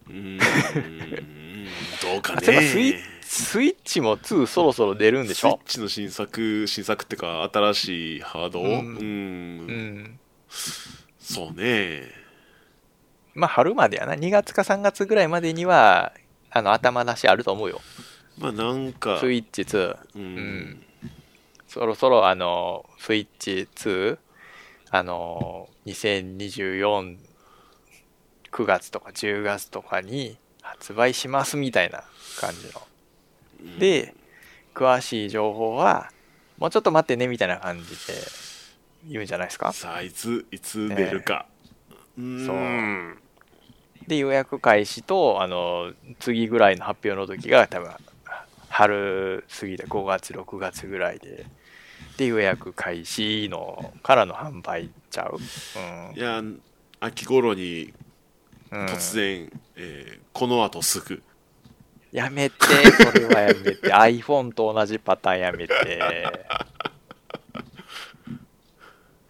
A: うーんどうか
B: あそういえば
A: ね
B: スイスイッチも2そろそろ出るんでしょ
A: スイッチの新作新作ってか新しいハードう
B: うん
A: ん、
B: うん。
A: そうね
B: まあ春までやな、2月か3月ぐらいまでには、あの頭出しあると思うよ。
A: まあなんか
B: スイッチ2。
A: うん、
B: んそろそろあの、スイッチ2、あの、2024、9月とか10月とかに発売しますみたいな感じの。
A: うん
B: で、詳しい情報は、もうちょっと待ってねみたいな感じで言うんじゃないですか。
A: さあいついつ出るか、うーん
B: で、予約開始と、あの、次ぐらいの発表の時が多分、春過ぎて5月、6月ぐらいで、で、予約開始の、からの販売ちゃう。うん
A: い。や秋頃に
B: うん
A: 突然、えーこの後すぐ
B: やめて、それはやめて。iPhone と同じパターンやめて。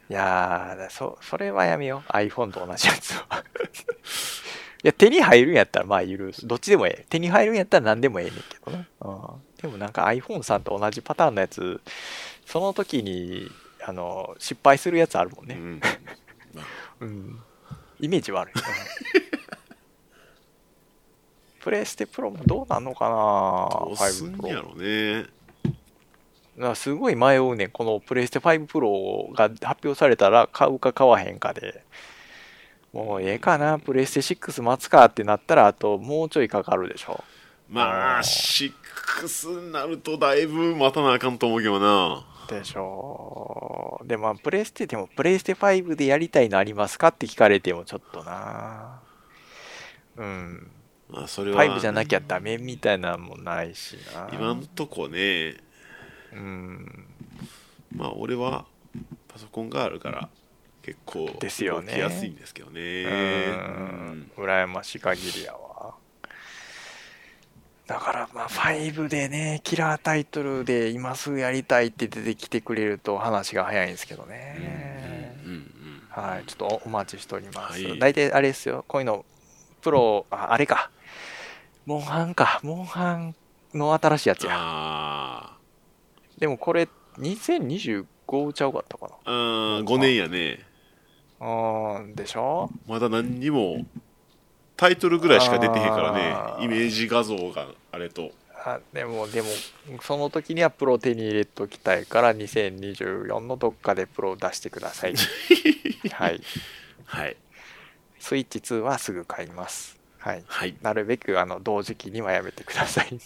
B: いやーそ、それはやめよう。iPhone と同じやつは。 いや、手に入るんやったら、まあ、許す。どっちでもええ。手に入るんやったら何でもええねんけどな。うん、でもなんか iPhone さんと同じパターンのやつ、その時に、あの、失敗するやつあるもん
A: う
B: ね。
A: ん
B: うん、イメージ悪いプレイステプロもどうなんのかな
A: どうすん
B: 5プ
A: や
B: ロ
A: ろね
B: なすごい迷うねんこのプレイステ5プロが発表されたら買うか買わへんかでもうええかなプレイステ6待つかってなったらあともうちょいかかるでしょ
A: ま
B: あ
A: あ
B: ー
A: 6になるとだいぶ待たなあかんと思うけどな
B: でしょうでまあプレイステでもプレイステ5でやりたいのありますかって聞かれてもちょっとなうん
A: まあそれは
B: 5じゃなきゃダメみたいなのもないしな
A: 今んとこね
B: うん
A: まあ俺はパソコンがあるから結構
B: ですよね
A: 動きやすいんですけどね
B: うん羨ましい限りやわだからまあ5でねキラータイトルで今すぐやりたいって出てきてくれると話が早いんですけどね、
A: うんうん
B: はいちょっとおお待ちしております、
A: はい
B: 大体あれですよこういうのプロああれかモンハンかモンハンの新しいやつや
A: あ
B: でもこれ2025ちゃうかったかな
A: ーあー5年やね
B: うんでしょ
A: まだ何にもタイトルぐらいしか出てへんから
B: あー
A: ねイメージ画像があれと
B: あでもでもその時にはプロ手に入れときたいから2024のどっかでプロを出してくださいはい
A: はい
B: スイッチ2はすぐ買いますはい
A: はい
B: なるべくあの同時期にはやめてください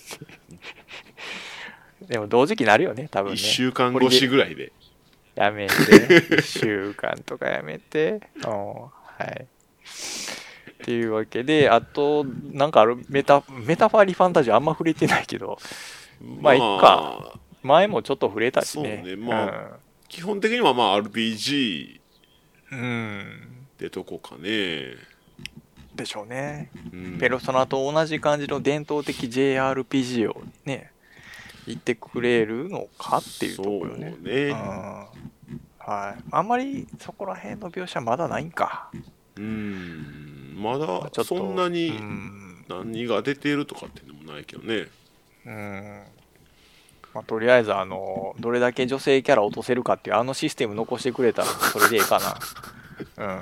B: でも同時期になるよね多分
A: 1
B: ね
A: 週間越しぐらいで
B: やめて1週間とかやめてうんはいっていうわけであとなんかあるメタメタファーリーファンタジーあんま触れてないけどまあいっか前もちょっと触れたしね。
A: そうねま基本的にはまあ RPG
B: うん、うん
A: でとこかね、
B: でしょうね。
A: うん
B: ペルソナと同じ感じの伝統的 JRPG をね、言ってくれるのかっていうところよね。
A: そうね
B: うんはい、あんまりそこら辺の描写まだないんか。
A: うんま
B: まあちょ
A: だ
B: っと
A: そんな
B: う
A: に
B: ん。
A: 何が出ているとかっていうのもないけどね
B: うんまあ、とりあえずあの、どれだけ女性キャラ落とせるかっていうあのシステム残してくれたらそれでいいかな。うん、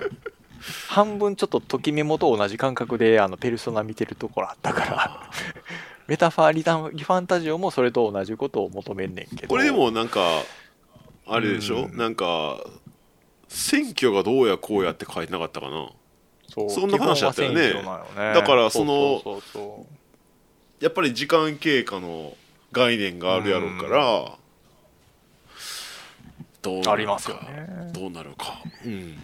B: 半分ちょっとときメモと同じ感覚であのペルソナ見てるところあったから。メタファーリタリファンタジオもそれと同じことを求めんねんけど
A: これでもなんかあれでしょ、
B: うん
A: なんか選挙がどうやこうやって書いてなかったかな
B: そ
A: そんな話だったよね
B: 基本は選挙なんよね
A: だからその
B: そうそうそう
A: やっぱり時間経過の概念があるやろうから、どう
B: そう
A: な
B: あ
A: る
B: り
A: の
B: ます
A: か
B: よね
A: どうなるか、うん、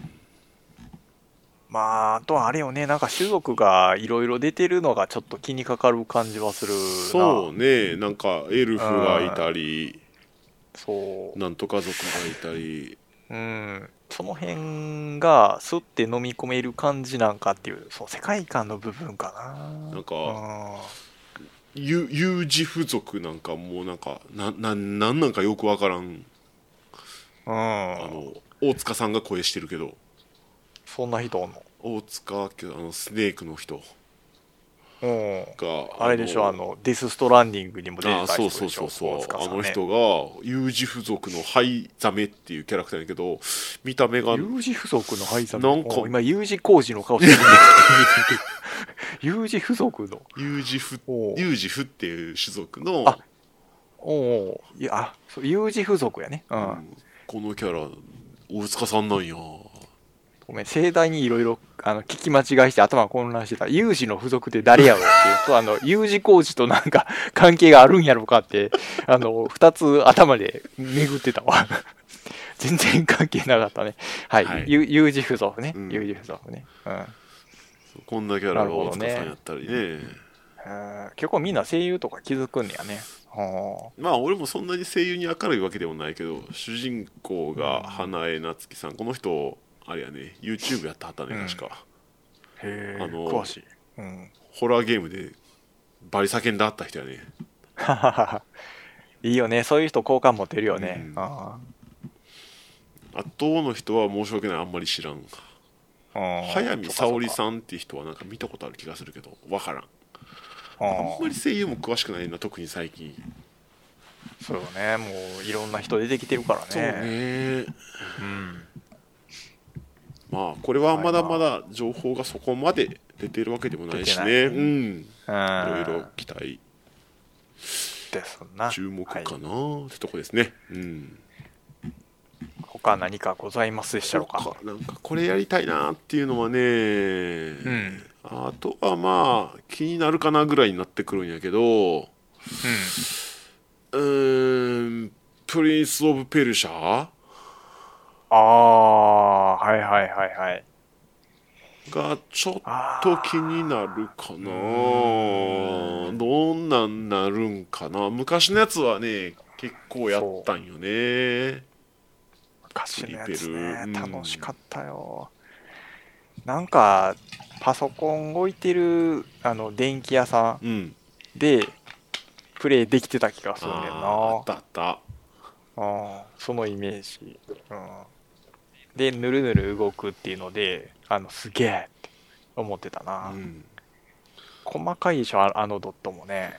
B: まああとはあれよねなんか種族がいろいろ出てるのがちょっと気にかかる感じはするな
A: そうねなんかエルフがいたり
B: そう
A: なんとか族がいたり
B: うん、その辺がすって飲み込める感じなんかっていうそう世界観の部分かな
A: なんかゆ有事不足なんかもうなんかなななんなんかよくわからん
B: うん、
A: あ
B: うん
A: の大塚さんが声してるけど
B: そんな人おんの
A: 大塚家あのスネークの人
B: うん
A: が
B: あれでしょあのデス・ストランディングにも出て
A: あ
B: た人
A: そ
B: で
A: う
B: し
A: そ
B: ょ
A: うそうそう、
B: 大塚
A: あ
B: さんね
A: の人が有事不足の灰ザメっていうキャラクターやけど見た目が
B: U 字不足の敗残
A: なんか
B: お今 U 字工事の顔してる U 字不足の
A: 有事不
B: おう
A: 有事不っていう種族の
B: あおおういやあそう U 字不足やねう
A: うんんこのキャラ大塚さんなんや
B: ごめん、盛大にいろいろあの聞き間違いして頭混乱してた。有事の付属って誰やろうっていうと、あの、 有事工事となんか関係があるんやろうかって、あの、二つ頭で巡ってたわ。 全然関係なかったね。はい。
A: はい
B: 有有事付属ね
A: う。ん
B: 有事付属ね。うん。
A: こんなキャラ
B: なる
A: が
B: ほ
A: 大
B: ど
A: 塚
B: ね
A: さんやったりね
B: うん結構みんな声優とか気づくんねやね。は
A: まあ俺もそんなに声優に明るいわけでもないけど主人公が花江夏樹さんこの人あれやね YouTube やってはったね
B: うん
A: 確か、
B: あへえ、
A: あの
B: 詳しい。うん。
A: ホラーゲームでバリ叫んだあった人やね
B: はははは。いいよね。そういう人好感持てるよね。
A: うん
B: あ
A: あとの人は申し訳ないあんまり知らん
B: あうん
A: 早見沙織
B: ん。
A: さんって人はなんか見たことある気がするけどわからん
B: あ
A: あ
B: ん
A: んまり声優も詳しくないな特に最近
B: そうよね、もういろんな人出てきてるからね。
A: そうね
B: うん、
A: まあこれはまだまだ情報がそこまで出てるわけでもないしね
B: 出て
A: う
B: ない
A: んいろい
B: うん
A: ろ期待
B: ですな。
A: 注目か
B: はい
A: なってとこですねうん
B: 他何かございますでしたろうか。
A: なんかこれやりたいなっていうのはね、
B: うん。
A: あとはまあ気になるかなぐらいになってくるんやけどうーんプリンス・オブ・ペルシャ
B: ああ、はいはいはいはい。
A: がちょっ
B: あ
A: と気になるかなどんなんなるんかな昔のやつはね結構やったんよね
B: 昔のやつ
A: リベ
B: ね
A: ルうん、
B: 楽しかったよ。なんか、パソコン置いてるあの電気屋さ
A: うん
B: んで、プレイできてた気がするんだよな。
A: あーあったあった
B: ああそのイメージ、うん、でぬるぬる動くっていうのであのすげえって思ってたな、
A: うん
B: 細かいでしょああのドットもね、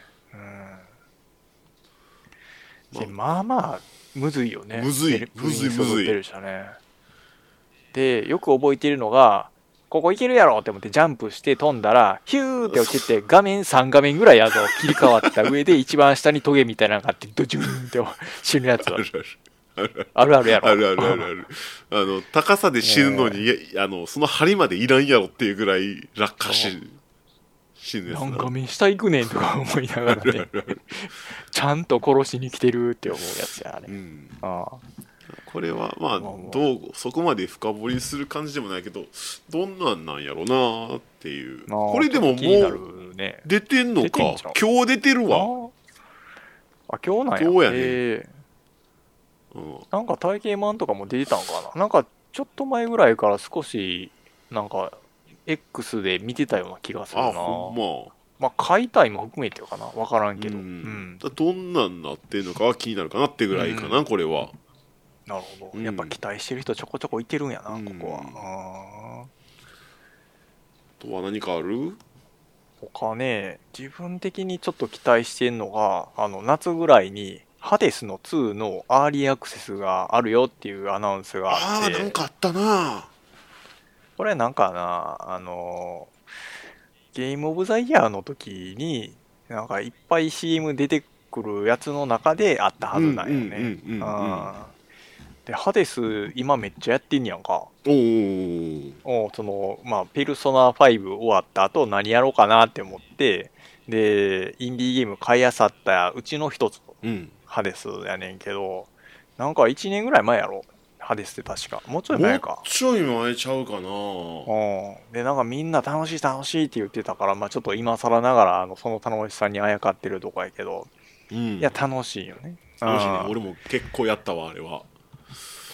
B: うん、でまあまあむずいよね
A: むずい
B: ベル
A: むずい
B: プリンスオブ
A: むずい
B: ペルシャねでよく覚えているのがここいけるやろって思ってジャンプして飛んだらヒューって落ちて画面3画面ぐらいやぞ切り替わった上で一番下にトゲみたいなのがあってドジューンって死ぬやつ
A: ある ある
B: あるあるやろ
A: あるある あるあるあの高さで死ぬのに、いやあのその針までいらんやろっていうぐらい落下し死ぬやつ
B: なん
A: な
B: か目下行くねんと か思いながらねちゃんと殺しに来てるって思うやつやあれ
A: うん
B: あ
A: これはまあ
B: まあまあ
A: どうそこまで深掘りする感じでもないけどどんなんなんやろなーっていう
B: あ
A: これでも
B: 気にな
A: もう
B: るね
A: 出てんの
B: 出
A: か
B: てんじゃん
A: 今日出てる
B: あ
A: わ、
B: あ今日なんや
A: 今日やね
B: え
A: うん、
B: ーなんか体型マンとかも出てたんかななんかちょっと前ぐらいから少しなんか X で見てたような気がするな
A: あほんま
B: まあ解体も含めてかなわからんけど、
A: う
B: うんん
A: だどんなんなってんのかは気になるかなってぐらいかな、これは
B: なるほど、
A: うん
B: やっぱ期待してる人ちょこちょこいてるんやな、
A: うん
B: ここはあー
A: あとは何かある
B: 他ね自分的にちょっと期待してんのがあの夏ぐらいにハデスの2のアーリーアクセスがあるよっていうアナウンスが
A: あ
B: あ
A: あ
B: っ
A: ーなん
B: て
A: かあったな
B: これなんかなあのゲームオブザイヤーの時になんかいっぱい CM 出てくるやつの中であったはずなんやね
A: うんうんうんうんうん
B: あーでハデス今めっちゃやってんやんか
A: おー
B: おそのまあペルソナ5終わった後何やろうかなって思ってでインディーゲーム買いあさったうちの一つ
A: うん
B: ハデスやねんけどなんか1年ぐらい前やろハデスって確かもうちょい前
A: もう
B: か
A: ちょい前ちゃうかな
B: うん、でなんかみんな楽しい楽しいって言ってたから、まあ、ちょっと今更ながらあのその楽しさにあやかってるとこやけど、
A: うん
B: いや楽しいよね
A: 楽しいね
B: うん
A: 俺も結構やったわあれは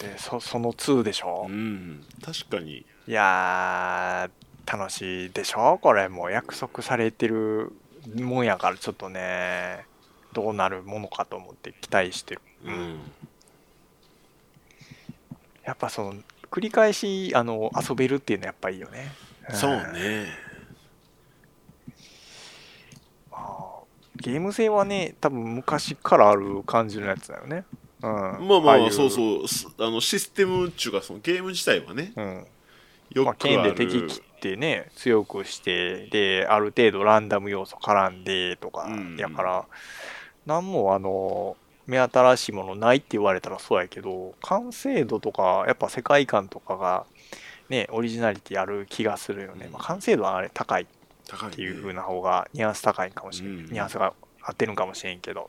B: でそその2でしょ、
A: うん確かに
B: いやー楽しいでしょこれもう約束されてるもんやからちょっとねどうなるものかと思って期待してる、
A: うん
B: やっぱその繰り返しあの遊べるっていうのはやっぱいいよね、ん
A: そうね
B: まあゲーム性はね多分昔からある感じのやつだよね、うん、
A: まあまあまあそう
B: う、
A: そうすあのシステムっちゅうかそのゲーム自体はね
B: うん
A: よくあ
B: まあ、
A: る
B: 剣で敵切ってね強くしてである程度ランダム要素絡んでとか
A: うん
B: やから、なん、もあの目新しいものないって言われたらそうやけど完成度とかやっぱ世界観とかがねオリジナリティある気がするよね、
A: うん
B: まあ、完成度はあれ高い
A: 高い、ね、
B: っていう風な方がニュアンス高いんかもしれ
A: う
B: ん、
A: ん
B: ニュアンスが合ってるんかもしれんけど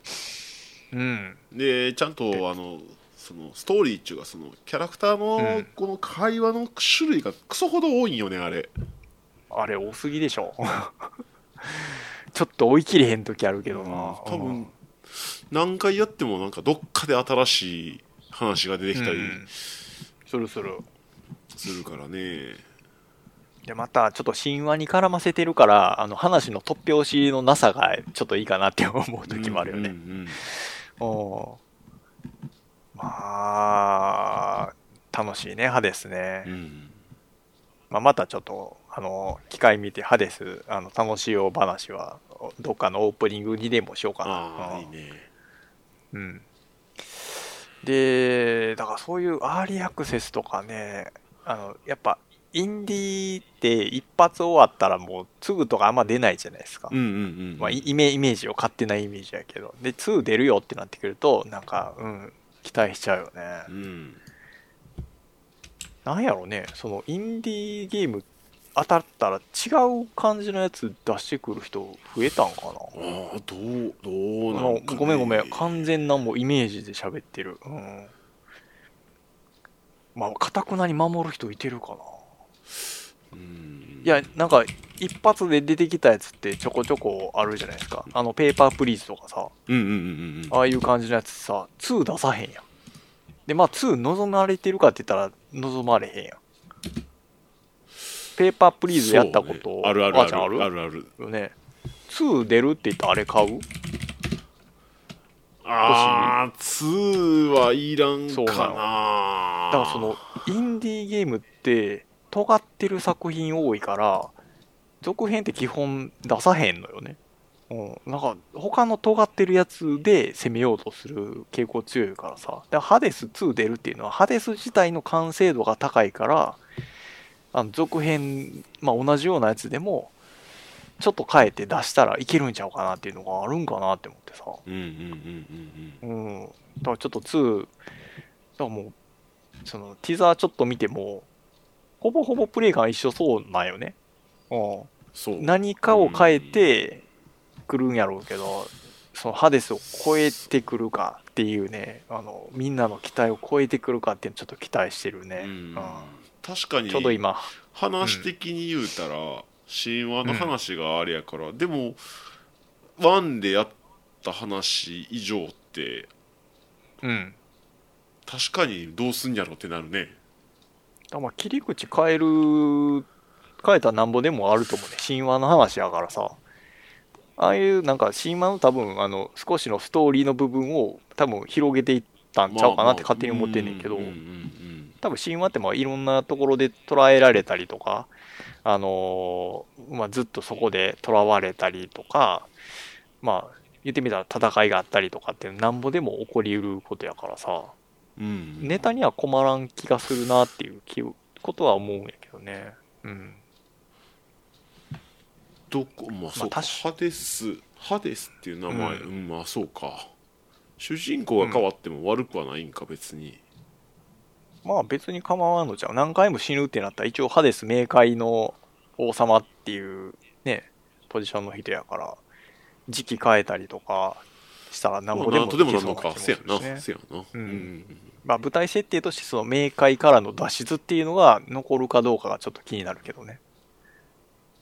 B: うん
A: でちゃん
B: で
A: とあのそのストーリーっちゅうかそのキャラクター
B: う
A: の
B: ん
A: この会話の種類がクソほど多いんよねあれ
B: あれ多すぎでしょ ちょっと追い切れへん時あるけどな、
A: 多
B: う
A: 分
B: ん
A: 何回やってもなんかどっかで新しい話が出てきたり
B: うんするする
A: するからね、
B: でまたちょっと神話に絡ませてるからあの話の突拍子のなさがちょっといいかなって思う時もあるよね、
A: うんうんうん
B: おーまあ楽しいね派ですね、
A: うん
B: まあ、またちょっとあの機会見て派ですあの楽しいお話はおどっかのオープニングにでもしようかな
A: ああ
B: うん
A: いいね
B: うん、でだからそういうアーリーアクセスとかねあのやっぱインディーって一発終わったらもうすぐとかあんま出ないじゃないですか、
A: うんうんうん
B: まあ、イイメイメージを勝手なイメージやけどで2出るよってなってくるとなんかうん期待しちゃうよね
A: うん
B: なんやろねそのインディーゲーム当たったら違う感じのやつ出してくる人増えたんかな
A: ああどうどうな
B: あの
A: んかね
B: ごめんごめん完全なもうイメージで喋ってるうんまあかたくなに守る人いてるかな
A: うん
B: いやなんか一発で出てきたやつってちょこちょこあるじゃないですかあのペーパープリーズとかさ
A: うんうんうんうん
B: ああいう感じのやつさ2出さへんやんでまあ2望まれてるかって言ったら望まれへんやんペーパープリーズやったこ
A: そう
B: と、
A: ねあるある
B: ば
A: あ
B: あちゃんある
A: るあるある
B: よね2出るって言ったらあれ買う
A: ああ2はいらん
B: そう
A: か
B: なの
A: な
B: だからそのインディーゲームって尖ってる作品多いから続編って基本出さへんのよね。うん、なんか他の尖ってるやつで攻めようとする傾向強いからさでハデス2出るっていうのはハデス自体の完成度が高いからあの続編、まあ、同じようなやつでもちょっと変えて出したらいけるんちゃうかなっていうのがあるんかなって思ってさ。
A: うんうんうんうん
B: うん。だからちょっと2、だからもう、そのティザーちょっと見ても、ほぼほぼプレイ感一緒そうなんよね。うん。
A: そう
B: 何かを変えてくるんやろうけど、そのハデスを超えてくるかっていうね、あの、みんなの期待を超えてくるかっていうのちょっと期待してるね。
A: う
B: うんん。
A: 確かに
B: ちょうど今。
A: 話的に言うたら、神話の話があれやから、でも1でやった話以上って
B: うん。
A: 確かにどうすんやろってなるね
B: だからまあ切り口変える変えたらなんぼでもあると思うね神話の話やからさああいうなんか神話の多分あの少しのストーリーの部分を多分広げていったんちゃうかなって勝手に思ってんねんけど、
A: まあまあうんうん
B: 多分神話ってまあいろんなところで捉えられたりとか、あのーまあ、ずっとそこで囚われたりとか、まあ、言ってみたら戦いがあったりとかってなんぼでも起こりうることやからさ、
A: うんうん
B: ネタには困らん気がするなっていう気をことは思うんやけどね。うん。
A: どこまあそう
B: ま
A: か、
B: あ確
A: ハデスハデスっていう名前、
B: う
A: うんまあそうか主人公が変わっても悪くはないんか別に、
B: まあ別に構わんのじゃう何回も死ぬってなったら一応ハデス冥界の王様っていうねポジションの人やから時期変えたりとかしたら何
A: まあ
B: ぼで
A: なん
B: も
A: とでもな
B: き
A: ん
B: そ
A: の
B: うな気も
A: か
B: す
A: せ
B: る
A: や
B: し
A: な、
B: ね
A: せやな
B: うん
A: うん
B: まあ舞台設定としてその冥界からの脱出っていうのが残るかどうかがちょっと気になるけどね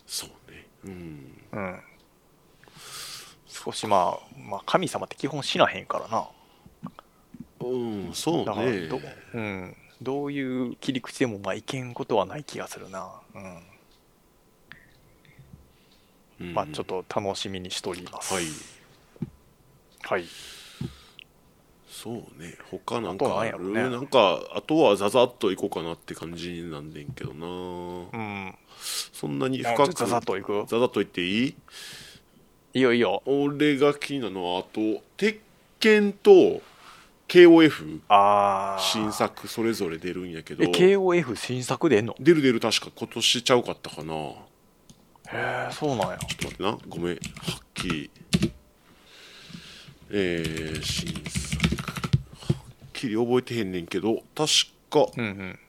A: そうねうん
B: うん少しまあ、まあ、神様って基本死なへんからな。
A: うんそう
B: だから
A: ね
B: ど,、うん、どういう切り口でもまあいけんことはない気がするな。うん
A: うん
B: まあちょっと楽しみにしております。
A: はい
B: はい。
A: そうね他なん
B: あと
A: か
B: なん
A: あ
B: やろ
A: る
B: ね
A: なんかあとはザザッといこうかなって感じなんでんけどな
B: うん。
A: そんなに
B: じゃ
A: 深
B: あ
A: く
B: ざざっといく
A: ザザッと言っていい
B: いいよいいよ。
A: 俺が気になるのはあと鉄拳と KOF
B: ああ。
A: 新。作それぞれ出るんやけど
B: え、KOF 新作出んの
A: 出る出る確か今年ちゃうかったかなちょ
B: へえ、そうなんや。
A: っと待ってなごめんはっきりえー、新作はっきり覚えてへんねんけど確か
B: うんうん。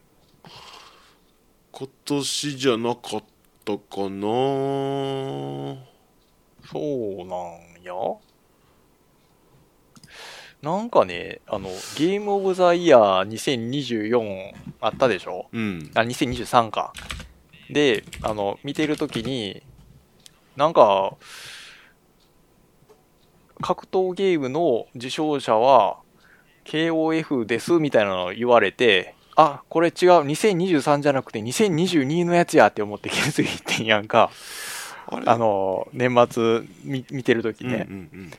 A: 今年じゃなかったかな
B: そうなんや。なんかね、あの、ゲームオブザイヤー2024あったでしょ
A: うん
B: あ、2023か。で、あの、見てるときに、なんか、格闘ゲームの受賞者は、KOF ですみたいなのを言われて、あ、これ違う、2023じゃなくて2022のやつやって思って気づいてんやんか。
A: あれ
B: あの、年末み見てるとき
A: うんうん
B: ね。
A: うん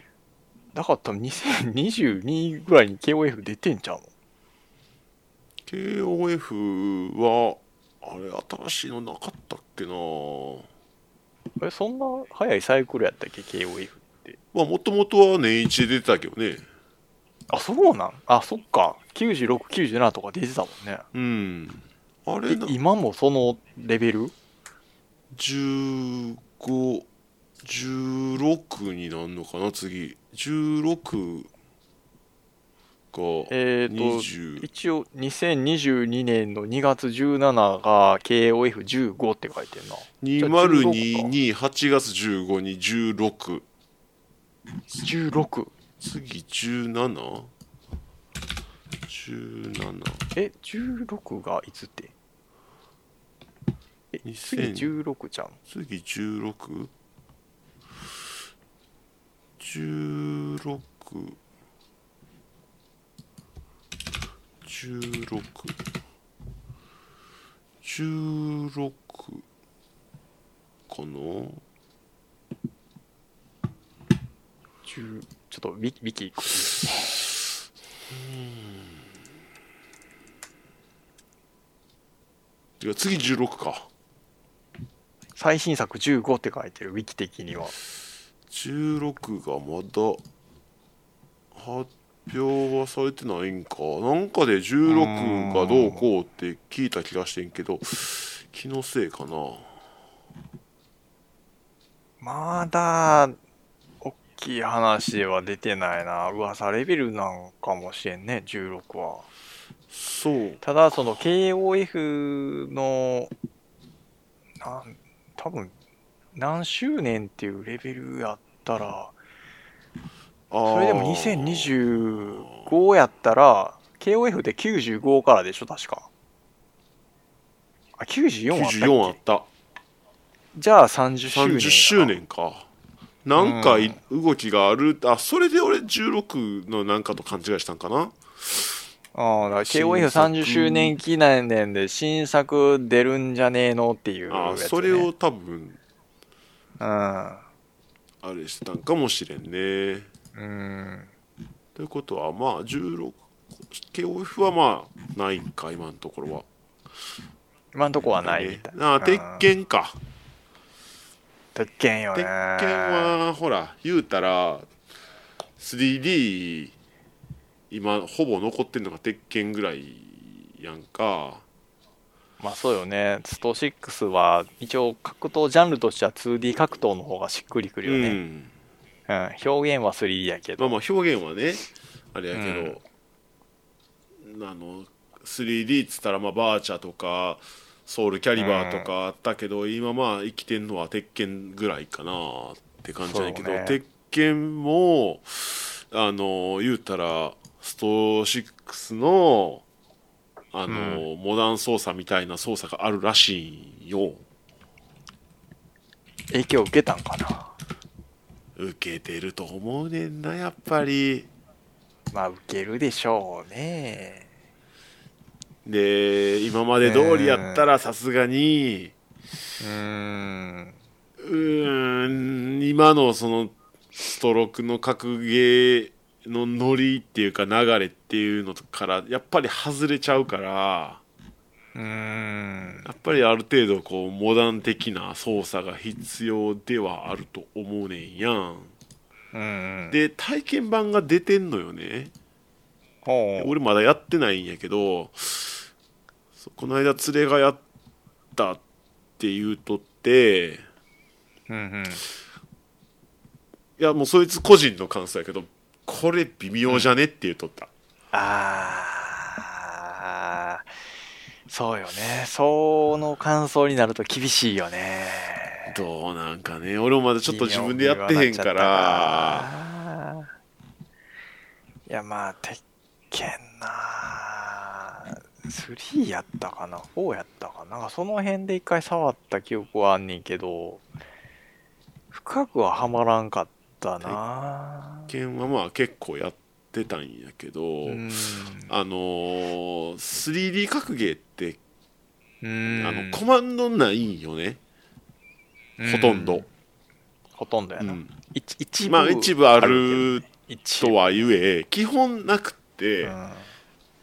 B: だから多分2022ぐらいに KOF 出てんちゃうの
A: KOF はあれ新しいのなかったっけな
B: え、そんな早いサイクルやったっけ ?KOF って。
A: まあもともとは年一で出てたけどね
B: あ、そうなんあ、そっか。96、97とか出てたもんね。
A: うんあれな
B: え今もそのレベル
A: 1516になるのかな次16が
B: えっ、
A: 20
B: と、一応2022年の2月17が KOF15 って書いてんな。
A: 2022 8月15に16
B: 16。
A: 次 17?17 17
B: え、16がいつってえ、次
A: 2000
B: 16じゃん。
A: 次 16?16 16 16 16かな
B: 10ちょっとビキビキ行く。
A: てか次16か
B: 最新作15って書いてる、ウィキ的には。
A: 16がまだ発表はされてないんかなんかで16がどうこうって聞いた気がしてんけど気のせいかな
B: まだ、大きい話では出てないな。噂レベルなんかもしれんね、16は。
A: そう
B: ただ、その KOF の、なん、多分、何周年っていうレベルやったら、
A: あ
B: それでも
A: ー
B: 2025やったら、KOF で95からでしょ、確か。あ、94あったっけ
A: 94あった
B: じゃあ30周年。
A: 30周。年かなんかい動きがあるあそれで俺16のなんかと勘違いしたんかな
B: ああ、だから
A: 新作
B: KOF30 周年記念で新作出るんじゃねえのっていうやつ、ね。
A: あーそれを多分
B: うん。
A: あれしてたんかもしれんね
B: うん。
A: ということはまあ 16KOF はまあないんか今のところは
B: 今んとこはないみたい。
A: ああ鉄
B: うん。
A: 拳か
B: 鉄拳よね。
A: 鉄拳はほら言うたら 3D 今ほぼ残ってんのが鉄拳ぐらいやんか
B: まあそうよねスト6は一応格闘ジャンルとしては 2D 格闘の方がしっくりくるよ
A: う
B: ね、
A: ん
B: うん表現は 3D やけ
A: ま
B: ど、
A: あまあ表現はねあれやけど、あの 3D っつったらまあバーチャとかソウルキャリバーとかあったけど、今まあ生きてんのは鉄拳ぐらいかなって感じだけど、
B: そうね
A: 鉄拳もあの言うたらスト6のあの、モダン操作みたいな操作があるらしいよ
B: 影響受けたんかな
A: 受けてると思うねんなやっぱり。
B: まあ受けるでしょうね
A: で今まで通りやったらさすがに
B: うーん
A: うーん今のそのストロークの格ゲーのノリっていうか流れっていうのからやっぱり外れちゃうから
B: うーん
A: やっぱりある程度こうモダン的な操作が必要ではあると思うねんやん
B: うん
A: で体験版が出てんのよね
B: ほう
A: 俺まだやってないんやけどそうこの間連れがやったって言うとって
B: うんうん
A: いやもうそいつ個人の感想やけどこれ微妙じゃねって言うとった、
B: ああそうよねその感想になると厳しいよね
A: どうなんかね俺もまだちょっと自分でやってへんから
B: いやまあ鉄拳な3やったかな4やったかななんかその辺で一回触った記憶はあんねんけど深くははまらんかったな
A: 実験はまあ結構やってたんやけど、
B: うん
A: あのー 3D 格ゲーって、
B: うん
A: あのコマンドないんよね、
B: う
A: ほとんど、
B: ほとんどやな、
A: うん
B: 一一部
A: まあ一部ある
B: 一
A: とはいえ基本なくって、
B: うん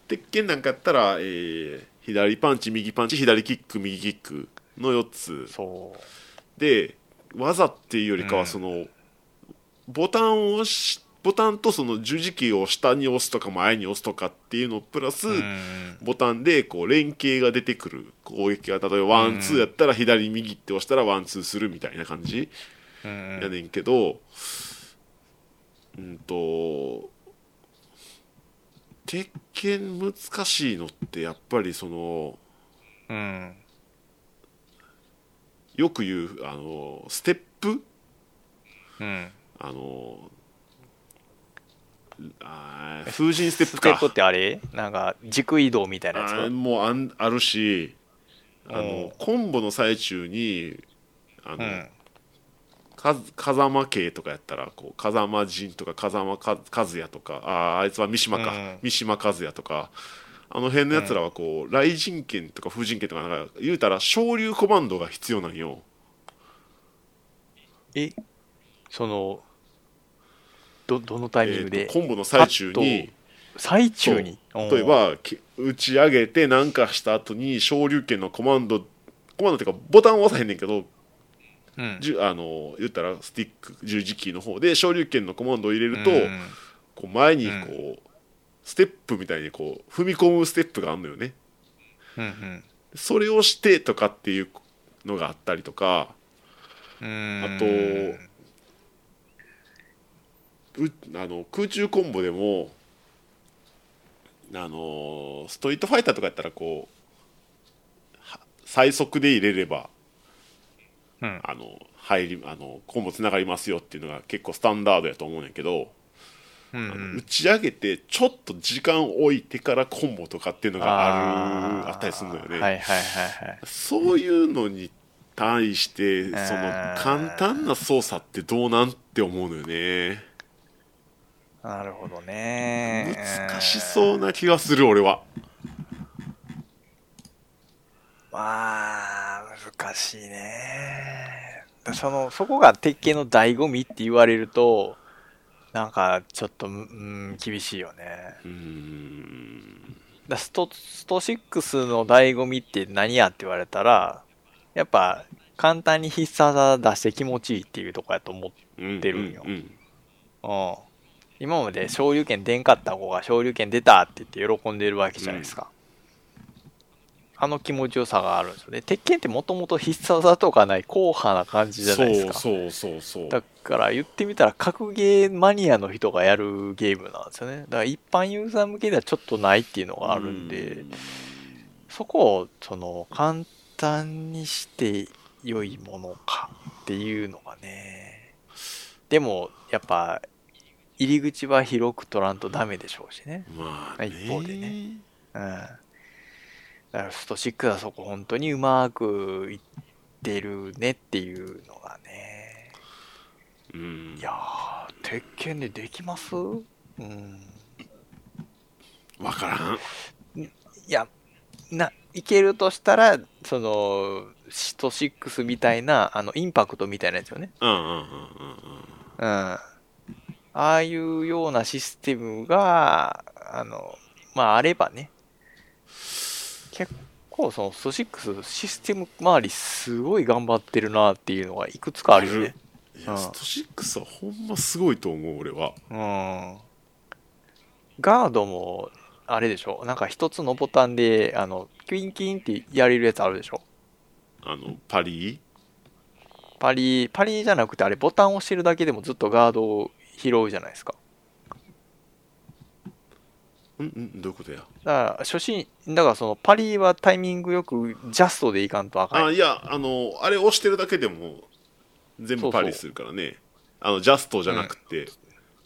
A: 鉄拳なんかやったら、えー左パンチ右パンチ左キック右キックの4つ
B: そう
A: で技っていうよりか
B: う
A: は
B: ん
A: その、ボタンを押しボタンとその十字キーを下に押すとか前に押すとかっていうのプラス、
B: うん
A: ボタンでこう連携が出てくる攻撃が例えばワンツ
B: うん
A: ーやったら左右って押したらワンツーするみたいな感じ
B: うん
A: やねんけどうんと鉄拳難しいのってやっぱりその
B: うん
A: よく言うあのステップ
B: うん
A: あのあー風神ステップ
B: ステ
A: か
B: ップってあれなんか軸移動みたいなやつ
A: あーもうあんあるしあ
B: おう
A: のコンボの最中にあ
B: う
A: の、
B: ん
A: か風間系とかやったらこう風間仁とか風間か和也とかあーあいつは三島か、
B: うん
A: 三島和也とかあの辺のやつらはこう、雷神拳とか風神拳とかなんか言うたら昇竜コマンドが必要なんよ
B: えそのどどのタイミング
A: えー
B: で
A: とコンボの最中
B: パッ
A: に
B: と最中に
A: 例えばき打ち上げてなんかした後に昇竜拳のコマンドコマンドっていうかボタンを押さへんねんけど
B: うんうん
A: じゅあの言ったらスティック十字キーの方で昇竜拳のコマンドを入れると、
B: うん
A: こう前にこう、ステップみたいにこう踏み込むステップがあるのよね
B: うん
A: それをしてとかっていうのがあったりとか
B: うん
A: あとうあの空中コンボでもあのストリートファイターとかやったらこうは最速で入れれば
B: うん
A: あの入りあのコンボつながりますよっていうのが結構スタンダードやと思うねんけど、
B: う
A: あの
B: ん
A: 打ち上げてちょっと時間を置いてからコンボとかっていうのがあるあ
B: ー
A: ったりするのよね、
B: はいはいはいはい
A: そういうのに対してその
B: あー
A: 簡単な操作ってどうなんって思うのよね
B: なるほどね
A: 難しそうな気がする俺は
B: まあ、難しいね。だその、そこが鉄拳の醍醐味って言われると、なんか、ちょっと、うん、厳しいよね。
A: うーん
B: だスト、スト6の醍醐味って何やって言われたら、やっぱ、簡単に必殺技出して気持ちいいっていうとこやと思
A: うん
B: 出るんよ
A: うん
B: う。うん。今まで昇竜拳出んかった子が昇竜拳出たって言って喜んでるわけじゃないですか。あの気持ちよさがあるんですよね。鉄拳ってもともと必殺技とかない硬派な感じじゃないですか。
A: そうそうそうそ
B: だ
A: う
B: から言ってみたら格ゲーマニアの人がやるゲームなんですよね。だから一般ユーザー向けではちょっとないっていうのがあるんで、
A: う
B: そこをその簡単にして良いものかっていうのがね。でもやっぱ入り口は広く取らんとダメでしょうしね。
A: まあね
B: 一方でねうんだからスト6はそこ本当にうまくいってるねっていうのがね
A: うん
B: いやー鉄拳でできますうん
A: わからん
B: いやないけるとしたらそのスト6みたいなあのインパクトみたいなやつよね
A: うんうんうんうん
B: うんああいうようなシステムがあのまああればね結構そのスト6システム周りすごい頑張ってるなっていうのがいくつかあるよね
A: うんいうや
B: ん
A: スト6はほんますごいと思う俺は
B: うんガードもあれでしょなんか一つのボタンであのキュインキュインってやれるやつあるでしょ
A: あのパリ
B: パリパリじゃなくてあれボタンを押してるだけでもずっとガードを拾うじゃないですか
A: うんうんどういうことや
B: だから初心だからそのパリはタイミングよくジャストでいかんとあかん
A: あいやあのあれ押してるだけでも全部パリするからねあのジャストじゃなくて、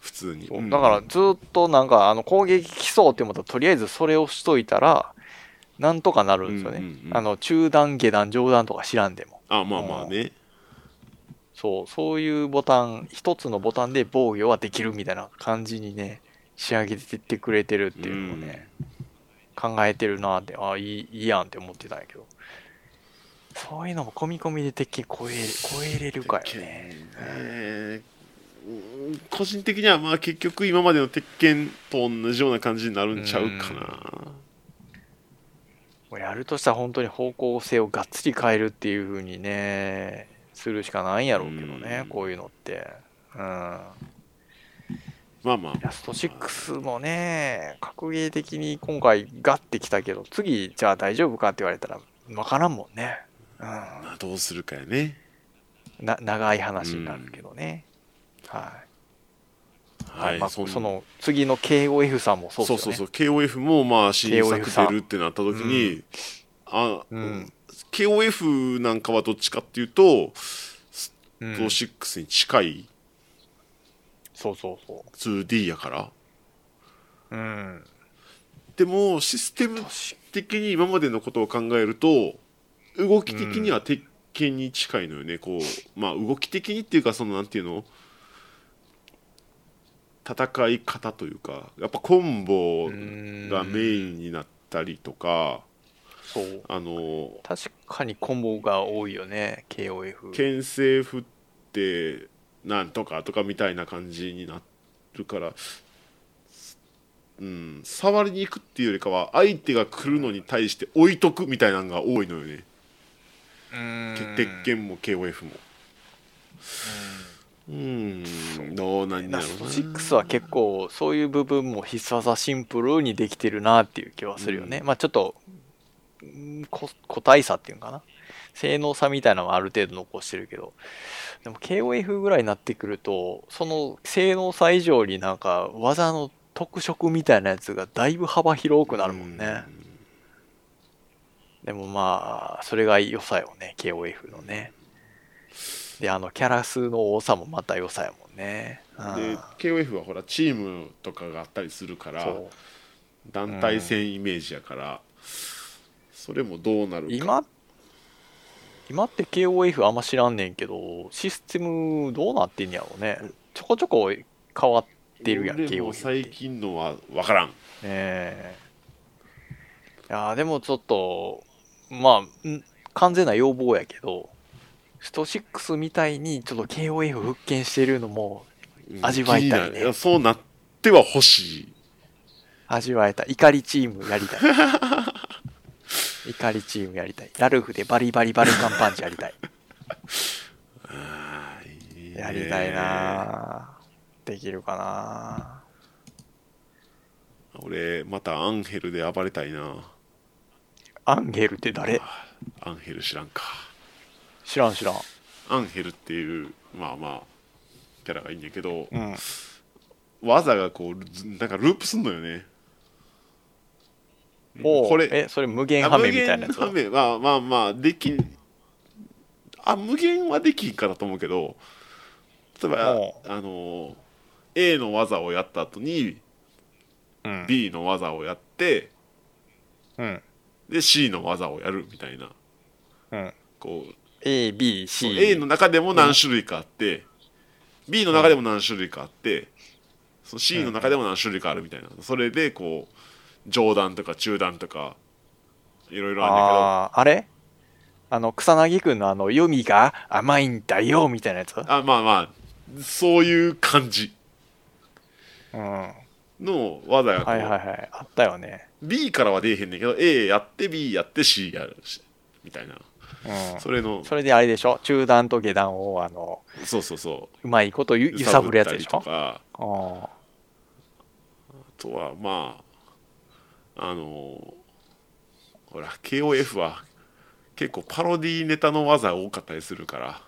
A: 普通に、うん
B: だからずっとなんかあの攻撃来そうって思ったらとりあえずそれをしといたらなんとかなるんですよね、
A: うんうんうん
B: あの中段下段上段とか知らんでも
A: あまあまあね
B: そうそういうボタン一つのボタンで防御はできるみたいな感じにね仕上げてってくれてるっていうのをね、考えてるなってあいいいいやんって思ってたんやけどそういうのも込み込みで鉄拳超え超えれるかよ
A: 鉄拳
B: ね
A: ねうん個人的にはまあ結局今までの鉄拳と同じような感じになるんちゃうかな
B: もうやるとしたら本当に方向性をがっつり変えるっていう風にねするしかないんやろうけどね、
A: うん
B: こういうのってうん
A: まあまあ
B: ラスト6もね格ゲー的に今回ガッてきたけど次じゃあ大丈夫かって言われたら分からんもんね、う
A: まあどうするかやね
B: ん、な長い話になるけどね、はい
A: はい、
B: まあ、
A: そ
B: そ
A: ん
B: の次の KOF さんもそう
A: そ
B: で
A: う
B: す
A: そ
B: よ
A: う
B: ね
A: そう KOF もまあ新
B: KOF
A: 作
B: さん
A: 出るってなった時に、あ
B: うん
A: KOF なんかはどっちかっていうと、
B: うん
A: トシック6に近い
B: そうそうそ
A: 2D やから
B: ううん
A: でもシステム的に今までのことを考えると動き的には鉄拳に近いのよね、こうまあ動き的にっていうかそのなんていうの戦い方というかやっぱコンボがメインになったりとか、
B: そう
A: あの
B: 確かにコンボが多いよね KOF
A: 牽制振ってなんとかとかみたいな感じになるから、うん、触りに行くっていうよりかは相手が来るのに対して置いとくみたいなのが多いのよね、け鉄拳も KOF もうんどうなんだ
B: ナ
A: ろ
B: ス
A: う
B: ト
A: な
B: 6は結構そういう部分も必殺技シンプルにできてるなっていう気はするよね、
A: う
B: まあちょっとうんこ個体差っていうのかな性能差みたいなのはある程度残してるけどでも KOF ぐらいになってくるとその性能差以上になんか技の特色みたいなやつがだいぶ幅広くなるもんね、でもまあそれが良さよね KOF のねであのキャラ数の多さもまた良さやもんねうん
A: で KOF はほらチームとかがあったりするから
B: そう
A: 団体戦イメージやから、それもどうなるか
B: 今今って KOF あんま知らんねんけどシステムどうなってんやろうねちょこちょこ変わってるやん
A: 俺も
B: KOF っ
A: 最
B: てね
A: 近のは分からん
B: えいやーでもちょっとまあん完全な要望やけどスト6みたいにちょっと KOF 復権してるのも
A: うん
B: 味わいたいね
A: 気になるやそうなっては欲しい
B: 味わえた怒りチームやりた い怒りチームやりたいラルフでバリバリバルカンパンチやりたいやりたいなぁできるか
A: 俺またアンヘルで暴れたいな
B: なアンヘルって誰
A: アンヘル知らんか
B: 知らん知らん。
A: アンヘルっていうまあまあキャラがいいんやけど、
B: うん。
A: 技がこうずなんかループすんのよね
B: お
A: こ
B: こ
A: れ
B: れえ、それ無限ハメみたいなやつ
A: あ無限ハメまあまあまあできんあ無限はできんかなと思うけど例えば
B: お
A: あの A の技をやった後に
B: うん。
A: B の技をやって
B: うん。
A: で C の技をやるみたいな
B: うん。
A: こう
B: A、B、
A: そう
B: C。
A: A の中でも何種類かあって、B の中でも何種類かあって、その C の中でも何種類かあるみたいな、それでこう上段とか中段とかいろいろあ
B: ああ、あれあの、草薙くんのあの、読みが甘いんだよ、みたいなやつ
A: るんだけどあまあまあそういう感じ
B: うん。は
A: の技がこ
B: い
A: う、
B: はいはい。あったよね。
A: B からは出えへんねんけど A やって B やって C やるしみたいな
B: うん。
A: それの
B: それであれでしょ中段と下段を、あの、
A: そうそうそう
B: うまいことゆ揺さぶるやつでし
A: 揺さぶ
B: ょ
A: ったりとか
B: うん。
A: あとはまああのーほら KOF は結構パロディネタの技が多かったりするから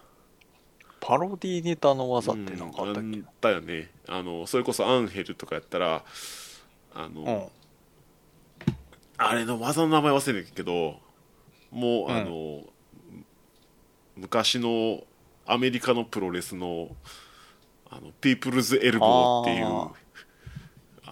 B: パロディネタの技ってなんかあったっ
A: う
B: け
A: んあったよねあのそれこそアンヘルとかやったらあの、
B: うん。
A: あれの技の名前忘れてるけどもう、
B: うん
A: あの昔のアメリカのプロレスのあのピープルズエルボーっていう
B: あ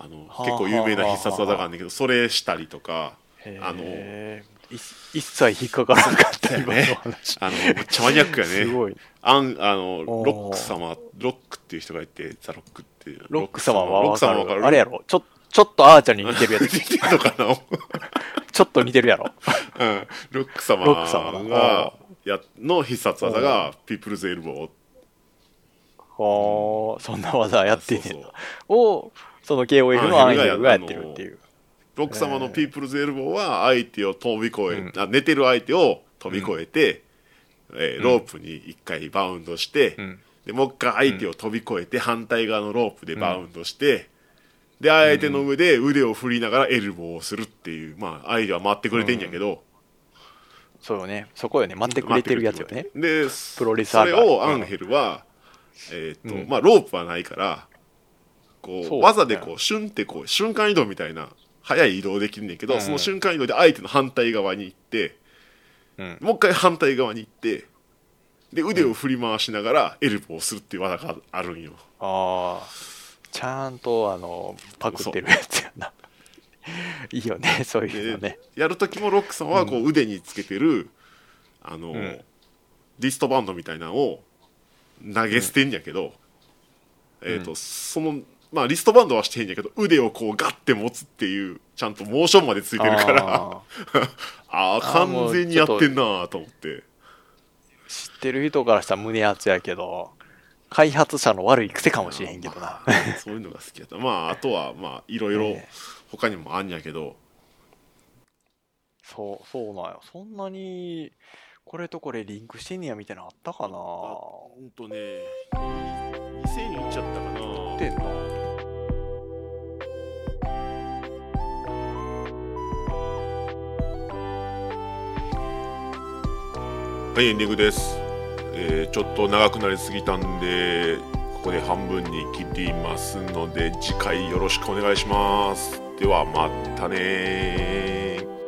B: ー
A: あの
B: はあ
A: 結構有名な必殺技があるんだけどそれしたりとかあの
B: へーい一切引っかからなかった今の話。
A: あのめっちゃマニアックや
B: す
A: ね
B: ごい。
A: あんあの
B: おー
A: ロック様ロックっていう人がいてザ・ロックっていう
B: ロック様は
A: ロッ
B: わ
A: ク
B: か
A: 様は
B: る
A: わかる
B: あれやろちょちょっとあーちゃんに似てるや つ
A: 出てるのか な
B: ちょっと似てるやろ
A: うんロック様
B: ロック様
A: が
B: だ
A: やの必殺技がピープルズエルボー
B: おーそんな技やってんね
A: そ
B: ん
A: うそう
B: をその KOF のアンヘルがやってるっていう
A: ロック様のピープルズエルボーは相手を飛び越え、あ寝てる相手を飛び越えて、えーロープに一回バウンドして、
B: ん
A: でもう一回相手を飛び越えて反対側のロープでバウンドして、で相手の上で腕を振りながらエルボーをするっていうまあ相手は待ってくれてんやけど、
B: そうよねそこよね待ってくれてるやつよね
A: で
B: プロレスあ
A: そ
B: る
A: れ
B: ある
A: をアンヘルは、えーっと
B: うん
A: まあ、ロープはないからこう
B: そう
A: 技でこうシュンってこう瞬間移動みたいな速い移動できるんだけど、
B: うん
A: その瞬間移動で相手の反対側に行って
B: うん
A: もう一回反対側に行ってで腕を振り回しながらエルボーをするっていう技があるんよ。
B: ああちゃんとあのパクってるやつやな いいよねそういう
A: で
B: のね
A: やる時もロックさんはこう腕につけてる、あの、
B: ん
A: リストバンドみたいなのを投げ捨てんやけど、えーとその、まあ、リストバンドはしてへんやけど腕をこうガッて持つっていうちゃんとモーションまでついてるから
B: あー
A: ああ
B: あーも
A: 完
B: う
A: 全にやってんなと思って
B: 知ってる人からしたら胸熱やけど開発者の悪い癖かもしれへんけ どな
A: そういうのが好きやったまああとはまあいろいろ
B: ええ
A: 他にもあんやけど、
B: そう、そうなんよ。そんなに、これとこれリンクしてんねやみたいなのあったかな
A: ほんとね2000いっちゃったかな
B: ってんな。
A: はい、エンディングです、えーちょっと長くなりすぎたんでここで半分に切りますので次回よろしくお願いしますではまたねー